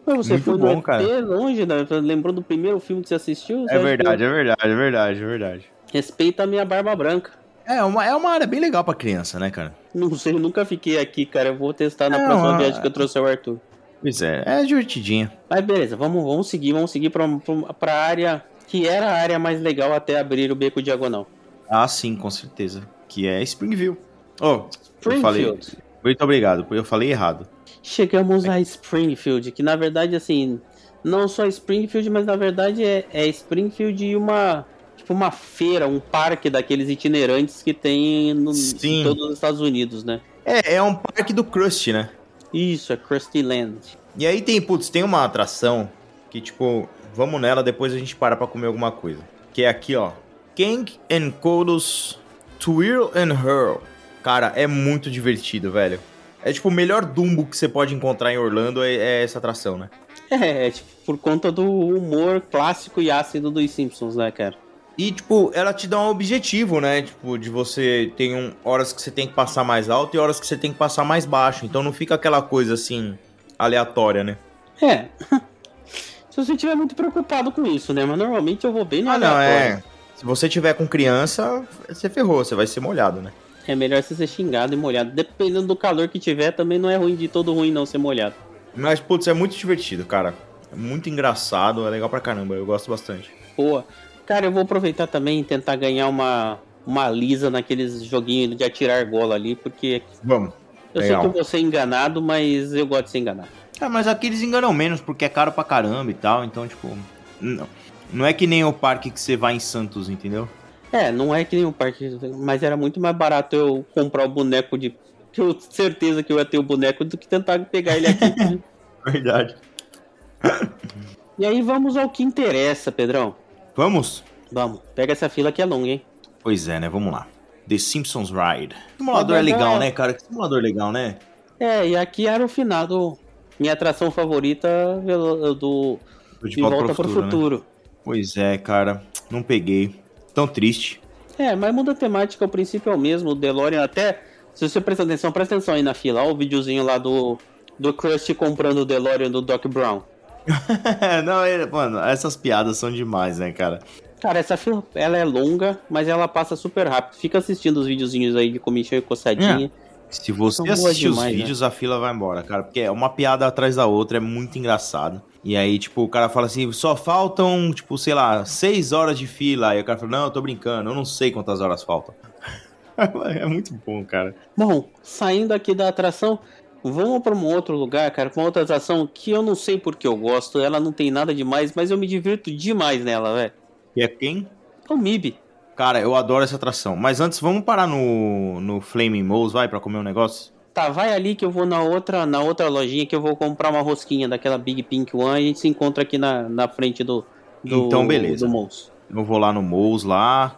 [SPEAKER 2] mas você
[SPEAKER 1] Muito
[SPEAKER 2] foi no
[SPEAKER 1] bom,
[SPEAKER 2] ET
[SPEAKER 1] cara.
[SPEAKER 2] longe, né? lembrou do primeiro filme que você assistiu?
[SPEAKER 4] É
[SPEAKER 2] sabe?
[SPEAKER 4] verdade, é verdade, é verdade, é verdade.
[SPEAKER 2] Respeita a minha barba branca.
[SPEAKER 1] É uma, é uma área bem legal pra criança, né, cara?
[SPEAKER 2] Não sei, eu nunca fiquei aqui, cara. Eu vou testar na
[SPEAKER 1] Não,
[SPEAKER 2] próxima
[SPEAKER 1] ah.
[SPEAKER 2] viagem que eu trouxe ao Arthur.
[SPEAKER 1] Pois é, é divertidinha.
[SPEAKER 2] Mas beleza, vamos, vamos seguir, vamos seguir pra, pra, pra área que era a área mais legal até abrir o beco diagonal.
[SPEAKER 1] Ah, sim, com certeza. Que é Springville. Oh, eu falei.
[SPEAKER 2] Springfield.
[SPEAKER 1] Muito obrigado, eu falei errado.
[SPEAKER 2] Chegamos
[SPEAKER 1] É.
[SPEAKER 2] a Springfield, que na verdade, assim, não só Springfield, mas na verdade é, é Springfield e uma. Tipo uma feira, um parque daqueles itinerantes que tem no,
[SPEAKER 1] Sim.
[SPEAKER 2] em todos os Estados Unidos, né?
[SPEAKER 1] É, é um parque do Krusty, né?
[SPEAKER 2] Isso, é Krusty Land.
[SPEAKER 1] E aí tem, putz, tem uma atração que, tipo, vamos nela, depois a gente para pra comer alguma coisa. Que é aqui, ó. Kang and Kodos Twirl and Hurl. Cara, é muito divertido, velho. É tipo o melhor Dumbo que você pode encontrar em Orlando é, é essa atração, né?
[SPEAKER 2] É, é, tipo, por conta do humor clássico e ácido dos Simpsons, né, cara?
[SPEAKER 1] E, tipo, ela te dá um objetivo, né? Tipo, de você tem um, horas que você tem que passar mais alto e horas que você tem que passar mais baixo. Então não fica aquela coisa assim, aleatória, né?
[SPEAKER 2] É. Se você estiver muito preocupado com isso, né? Mas normalmente eu vou bem no
[SPEAKER 1] Ah, não,
[SPEAKER 2] aleatório.
[SPEAKER 1] é. Se você tiver com criança, você ferrou, você vai ser molhado, né?
[SPEAKER 2] É melhor você ser xingado e molhado. Dependendo do calor que tiver, também não é ruim de todo ruim não ser molhado.
[SPEAKER 1] Mas, putz, é muito divertido, cara. É muito engraçado, é legal pra caramba, eu gosto bastante.
[SPEAKER 2] Boa. Cara, eu vou aproveitar também e tentar ganhar uma, uma lisa naqueles joguinhos de atirar gola ali, porque
[SPEAKER 1] Vamos.
[SPEAKER 2] eu
[SPEAKER 1] Legal.
[SPEAKER 2] sei que eu vou ser enganado, mas eu gosto de ser enganado.
[SPEAKER 1] É, mas aqui eles enganam menos, porque é caro pra caramba e tal, então, tipo. Não, não é que nem o parque que você vai em Santos, entendeu?
[SPEAKER 2] É, não é que nem o parque, mas era muito mais barato eu comprar o boneco de. que eu certeza que eu ia ter o boneco do que tentar pegar ele aqui.
[SPEAKER 1] Verdade.
[SPEAKER 2] e aí vamos ao que interessa, Pedrão.
[SPEAKER 1] Vamos?
[SPEAKER 2] Vamos, pega essa fila que é longa, hein?
[SPEAKER 1] Pois é, né? Vamos lá. The Simpsons Ride. Simulador é
[SPEAKER 2] Mas,
[SPEAKER 1] legal,
[SPEAKER 2] é.
[SPEAKER 1] né, cara? Que simulador legal, né?
[SPEAKER 2] É, e aqui era o final do. Minha atração favorita velo- do
[SPEAKER 1] Tô
[SPEAKER 2] De Volta, para o
[SPEAKER 1] né?
[SPEAKER 2] Futuro.
[SPEAKER 1] Pois é, cara. Não peguei. Tão triste.
[SPEAKER 2] É, mas muda a temática, o princípio é o mesmo. O DeLorean até. Se você presta atenção, presta atenção aí na fila. Olha o videozinho lá do. Do Krusty comprando o DeLorean do Doc Brown.
[SPEAKER 1] não, é- mano, essas piadas são demais, né, cara?
[SPEAKER 2] Cara, essa fila, ela é longa, mas ela passa super rápido. Fica assistindo os videozinhos aí de comichão e coçadinha.
[SPEAKER 1] Se você
[SPEAKER 2] São boas
[SPEAKER 1] assistir os
[SPEAKER 2] demais, né?
[SPEAKER 1] vídeos, a fila vai embora, cara. Porque é uma piada atrás da outra, é muito engraçado. E aí, tipo, o cara fala assim, só faltam, tipo, sei lá, seis horas de fila. Aí o cara fala, não, eu tô brincando, eu não sei quantas horas faltam. é muito bom, cara.
[SPEAKER 2] Bom, saindo aqui da atração, vamos pra um outro lugar, cara, pra uma outra atração que eu não sei porque eu gosto. Ela não tem nada demais, mas eu me divirto demais nela, velho.
[SPEAKER 1] E é quem?
[SPEAKER 2] É o MIB.
[SPEAKER 1] Cara, eu adoro essa atração. Mas antes, vamos parar no, no Flaming Moles, vai, pra comer um negócio?
[SPEAKER 2] Tá, vai ali que eu vou na outra, na outra lojinha que eu vou comprar uma rosquinha daquela Big Pink One e a gente se encontra aqui na, na frente do, do
[SPEAKER 1] Então, beleza.
[SPEAKER 2] do Mouse.
[SPEAKER 1] Eu vou lá no Moles, lá...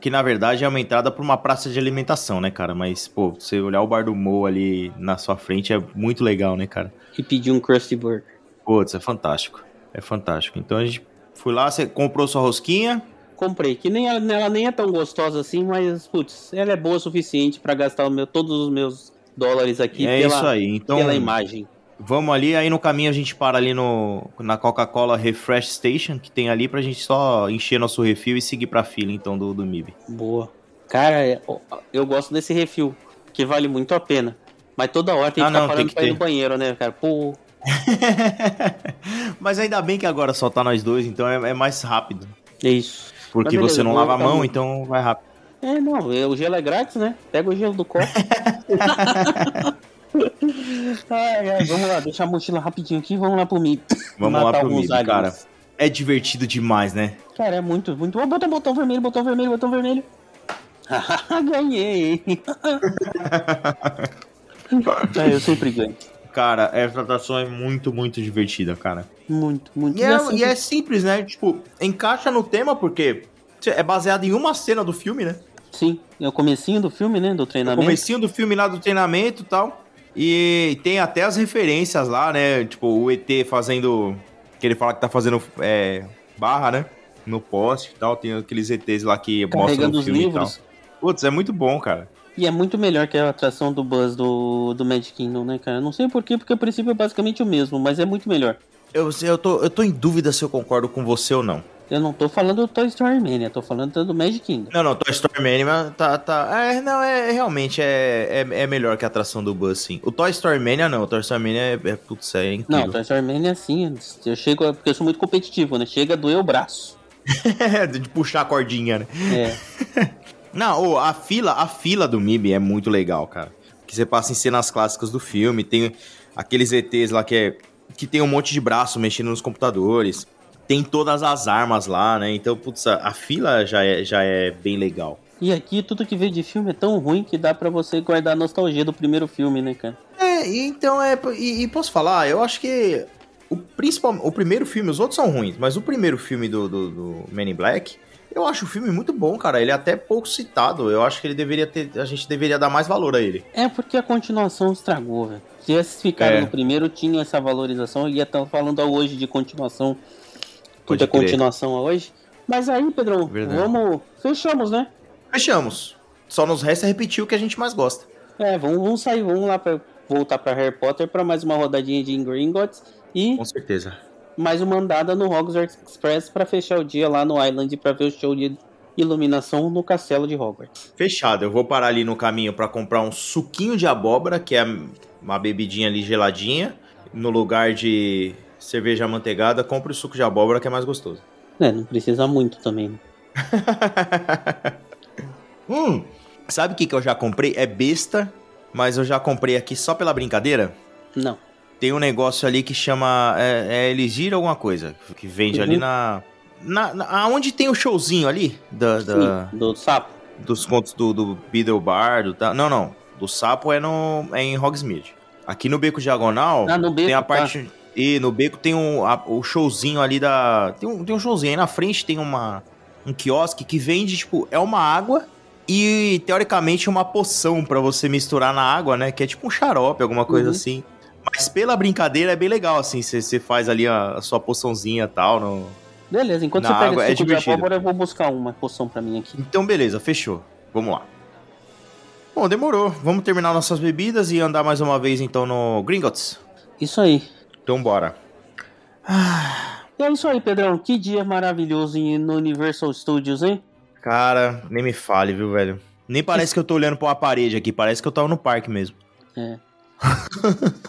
[SPEAKER 1] Que na verdade é uma entrada pra uma praça de alimentação, né, cara? Mas, pô, você olhar o bar do Mo ali na sua frente é muito legal, né, cara?
[SPEAKER 2] E pedir um Krusty Burger.
[SPEAKER 1] Putz, é fantástico. É fantástico. Então a gente foi lá, você comprou sua rosquinha.
[SPEAKER 2] Comprei, que nem ela, ela nem é tão gostosa assim, mas putz, ela é boa o suficiente pra gastar o meu, todos os meus dólares aqui
[SPEAKER 1] é
[SPEAKER 2] pela,
[SPEAKER 1] isso aí. Então
[SPEAKER 2] pela imagem.
[SPEAKER 1] vamos ali, aí no caminho a gente para ali no, na Coca-Cola Refresh Station, que tem ali pra gente só encher nosso refil e seguir pra fila então do, do MIB.
[SPEAKER 2] Boa. Cara, é- ó, eu gosto desse refil, que vale muito a pena. Mas toda hora tem que
[SPEAKER 1] Ah,
[SPEAKER 2] ficar
[SPEAKER 1] não, tem
[SPEAKER 2] parando
[SPEAKER 1] que
[SPEAKER 2] pra ir
[SPEAKER 1] ter.
[SPEAKER 2] no banheiro, né, cara? Pô,
[SPEAKER 1] Mas ainda bem que agora só tá nós dois, então é, é mais rápido.
[SPEAKER 2] é isso.
[SPEAKER 1] Porque
[SPEAKER 2] Mas beleza,
[SPEAKER 1] você não
[SPEAKER 2] vou
[SPEAKER 1] lava a
[SPEAKER 2] ficar
[SPEAKER 1] mão,
[SPEAKER 2] no-
[SPEAKER 1] então vai rápido.
[SPEAKER 2] É, não, é- o gelo é grátis, né? Pega o gelo do copo. ai, ai, vamos lá, deixa a mochila rapidinho aqui, vamos lá pro MIB.
[SPEAKER 1] Vamos lá pro
[SPEAKER 2] alguns
[SPEAKER 1] MIB,
[SPEAKER 2] aliens.
[SPEAKER 1] cara. É divertido demais, né?
[SPEAKER 2] Cara, é muito, muito. Ó, botão, botão vermelho, botão vermelho, botão vermelho. Ganhei. é, eu sempre ganho.
[SPEAKER 1] Cara, essa atração é muito, muito divertida, cara.
[SPEAKER 2] Muito, muito.
[SPEAKER 1] E é,
[SPEAKER 2] assim,
[SPEAKER 1] e é simples, né? Tipo, encaixa no tema porque É baseado em uma cena do filme, né?
[SPEAKER 2] Sim, é o comecinho do filme, né? Do
[SPEAKER 1] No
[SPEAKER 2] treinamento.
[SPEAKER 1] comecinho do filme lá do treinamento e tal. E tem até as referências lá, né? Tipo, o ET fazendo. Que ele fala que tá fazendo é, barra, né? No poste e tal. Tem aqueles ETs lá que mostram
[SPEAKER 2] Carregando
[SPEAKER 1] no
[SPEAKER 2] os
[SPEAKER 1] filme e
[SPEAKER 2] livros.
[SPEAKER 1] tal. Putz, é muito bom, cara.
[SPEAKER 2] E é muito melhor que a atração do Buzz do, do Magic Kingdom, né, cara? Não sei porquê, porque o princípio é basicamente o mesmo, mas é muito melhor.
[SPEAKER 1] Eu, sei, eu, tô, eu tô em dúvida se eu concordo com você ou não.
[SPEAKER 2] Eu não tô falando do Toy Story Mania, tô falando do Magic Kingdom.
[SPEAKER 1] Não, não, Toy Story Mania tá. tá é, não, é realmente é, é, é melhor que a atração do Buzz, sim. O Toy Story Mania não, o Toy Story Mania é, é putz, é
[SPEAKER 2] Não,
[SPEAKER 1] incrível.
[SPEAKER 2] Toy Story Mania assim, eu chego, porque eu sou muito competitivo, né? Chega a doer o braço.
[SPEAKER 1] É, de puxar a cordinha, né?
[SPEAKER 2] É,
[SPEAKER 1] Não, ô, a fila, a fila do MIB é muito legal, cara. Que você passa em cenas clássicas do filme, tem aqueles ETs lá que é que tem um monte de braço mexendo nos computadores. Tem todas as armas lá, né? Então, putz, a, a fila já é, já é bem legal.
[SPEAKER 2] e aqui tudo que vê de filme é tão ruim que dá pra você guardar a nostalgia do primeiro filme, né, cara?
[SPEAKER 1] É, e então é. E, e posso falar, eu acho que. O, principal, o primeiro filme, os outros são ruins, mas o primeiro filme do, do, do Men in Black, eu acho o filme muito bom, cara. Ele é até pouco citado. Eu acho que ele deveria ter. A gente deveria dar mais valor a ele.
[SPEAKER 2] É porque a continuação estragou, velho. Se esses ficaram
[SPEAKER 1] É.
[SPEAKER 2] no primeiro, tinha essa valorização, e ia estar falando hoje de continuação, tudo
[SPEAKER 1] Pode
[SPEAKER 2] é
[SPEAKER 1] crer. É
[SPEAKER 2] continuação hoje. Mas aí, Pedrão,
[SPEAKER 4] Verdade.
[SPEAKER 2] vamos. Fechamos, né?
[SPEAKER 1] Fechamos. Só nos resta repetir o que a gente mais gosta.
[SPEAKER 2] É, vamos, vamos sair, vamos lá pra voltar pra Harry Potter pra mais uma rodadinha de Gringotts e
[SPEAKER 1] Com certeza.
[SPEAKER 2] mais uma andada no Hogwarts Express pra fechar o dia lá no Island pra ver o show de iluminação no castelo de Hogwarts.
[SPEAKER 1] Fechado. Eu vou parar ali no caminho pra comprar um suquinho de abóbora, que é uma bebidinha ali geladinha. No lugar de cerveja manteigada, compre o suco de abóbora, que é mais gostoso.
[SPEAKER 2] É, não precisa muito também. né?
[SPEAKER 1] Hum, sabe o que, que eu já comprei? É besta, mas eu já comprei aqui só pela brincadeira.
[SPEAKER 2] Não.
[SPEAKER 1] Tem um negócio ali que chama. É, é Elisir alguma coisa. Que vende ali
[SPEAKER 2] Uhum.
[SPEAKER 1] na, na, na- Aonde tem o showzinho ali? Da, da-
[SPEAKER 2] Sim, do sapo.
[SPEAKER 1] dos contos do, do Beedle Bar, do ta- Não, não. Do sapo é, no, é em Hogsmeade. Aqui no Beco Diagonal
[SPEAKER 2] Ah, no beco.
[SPEAKER 1] tem a
[SPEAKER 2] tá.
[SPEAKER 1] parte. E no beco tem um, a- o showzinho ali da. Tem um, tem um showzinho. Aí na frente tem uma, um quiosque que vende, tipo, é uma água e teoricamente uma poção pra você misturar na água, né? Que é tipo um xarope, alguma coisa
[SPEAKER 2] Uhum.
[SPEAKER 1] assim. Mas pela brincadeira é bem legal, assim. Você você faz ali a, a sua poçãozinha e tal. no-
[SPEAKER 2] Beleza, enquanto
[SPEAKER 1] Na
[SPEAKER 2] você pega
[SPEAKER 1] água
[SPEAKER 2] esse
[SPEAKER 1] é
[SPEAKER 2] suco de
[SPEAKER 1] divertido.
[SPEAKER 2] abóbora, eu vou buscar uma poção pra mim aqui.
[SPEAKER 1] Então, beleza, fechou. Vamos lá. Bom, demorou. Vamos terminar nossas bebidas e andar mais uma vez, então, no Gringotts.
[SPEAKER 2] Isso aí.
[SPEAKER 1] Então, bora.
[SPEAKER 2] E é isso aí, Pedrão. Que dia maravilhoso em- no Universal Studios, hein?
[SPEAKER 1] Cara, nem me fale, viu, velho? Nem parece que eu tô olhando pra uma parede aqui, parece que eu tava no parque mesmo.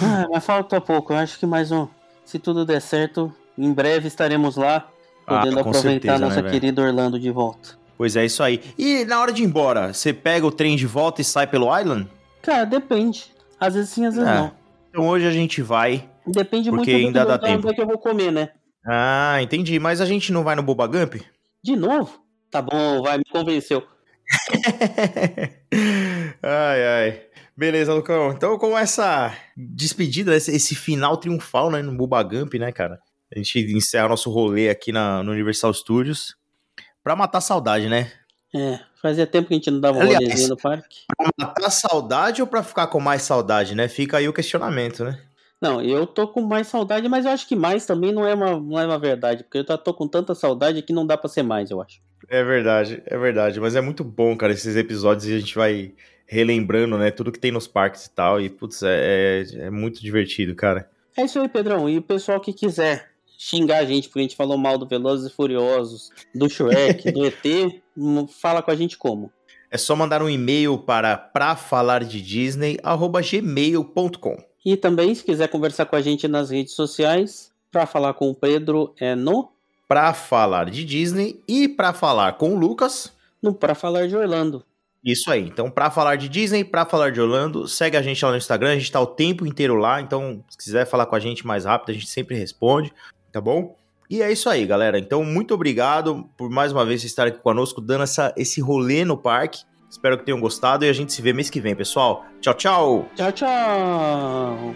[SPEAKER 2] É. ah, mas falta pouco. Eu acho que mais um. Se tudo der certo, em breve estaremos lá,
[SPEAKER 1] Ah,
[SPEAKER 2] podendo
[SPEAKER 1] com
[SPEAKER 2] aproveitar
[SPEAKER 1] certeza, né,
[SPEAKER 2] nossa
[SPEAKER 1] velho?
[SPEAKER 2] querida Orlando de volta.
[SPEAKER 1] Pois é, isso aí. E na hora de ir embora, você pega o trem de volta e sai pelo Island?
[SPEAKER 2] Cara, depende. Às vezes sim, às vezes
[SPEAKER 1] É.
[SPEAKER 2] não.
[SPEAKER 1] Então hoje a gente vai.
[SPEAKER 2] Depende muito
[SPEAKER 1] Porque ainda
[SPEAKER 2] do
[SPEAKER 1] dá
[SPEAKER 2] lugar onde
[SPEAKER 1] tempo.
[SPEAKER 2] é que eu vou comer, né?
[SPEAKER 1] Ah, entendi. Mas a gente não vai no Boba Gump?
[SPEAKER 2] De novo? Tá bom, vai, me convenceu.
[SPEAKER 1] ai, ai. Beleza, Lucão. Então, com essa despedida, esse, esse final triunfal né, no Boba Gump, né, cara? A gente encerra nosso rolê aqui na, no Universal Studios. Pra matar a saudade, né?
[SPEAKER 2] É, fazia tempo que a gente não dava um
[SPEAKER 1] Aliás,
[SPEAKER 2] rolezinho no parque.
[SPEAKER 1] Matar a saudade ou pra ficar com mais saudade, né? Fica aí o questionamento, né?
[SPEAKER 2] Não, eu tô com mais saudade, mas eu acho que mais também não é uma, não é uma verdade, porque eu tá- tô com tanta saudade que não dá pra ser mais, eu acho.
[SPEAKER 1] É verdade, é verdade. Mas é muito bom, cara, esses episódios e a gente vai relembrando, né? Tudo que tem nos parques e tal. E, putz, é, é- é muito divertido, cara.
[SPEAKER 2] É isso aí, Pedrão. E o pessoal que quiser xingar a gente, porque a gente falou mal do Velozes e Furiosos, do Shrek, do ET, hum, fala com a gente como?
[SPEAKER 1] É só mandar um e-mail para prafalardedisney.gmail.com.
[SPEAKER 2] E também, se quiser conversar com a gente nas redes sociais, pra falar com o Pedro é no,
[SPEAKER 1] Pra falar de Disney e pra falar com o Lucas.
[SPEAKER 2] no Pra Falar de Orlando.
[SPEAKER 1] Isso aí. Então, pra falar de Disney, pra falar de Orlando, segue a gente lá no Instagram. A gente tá o tempo inteiro lá. Então, se quiser falar com a gente mais rápido, a gente sempre responde, tá bom? E é isso aí, galera. Então, muito obrigado por mais uma vez vocês estarem aqui conosco, dando essa, esse rolê no parque. Espero que tenham gostado e a gente se vê mês que vem, pessoal. Tchau, tchau!
[SPEAKER 2] Tchau, tchau!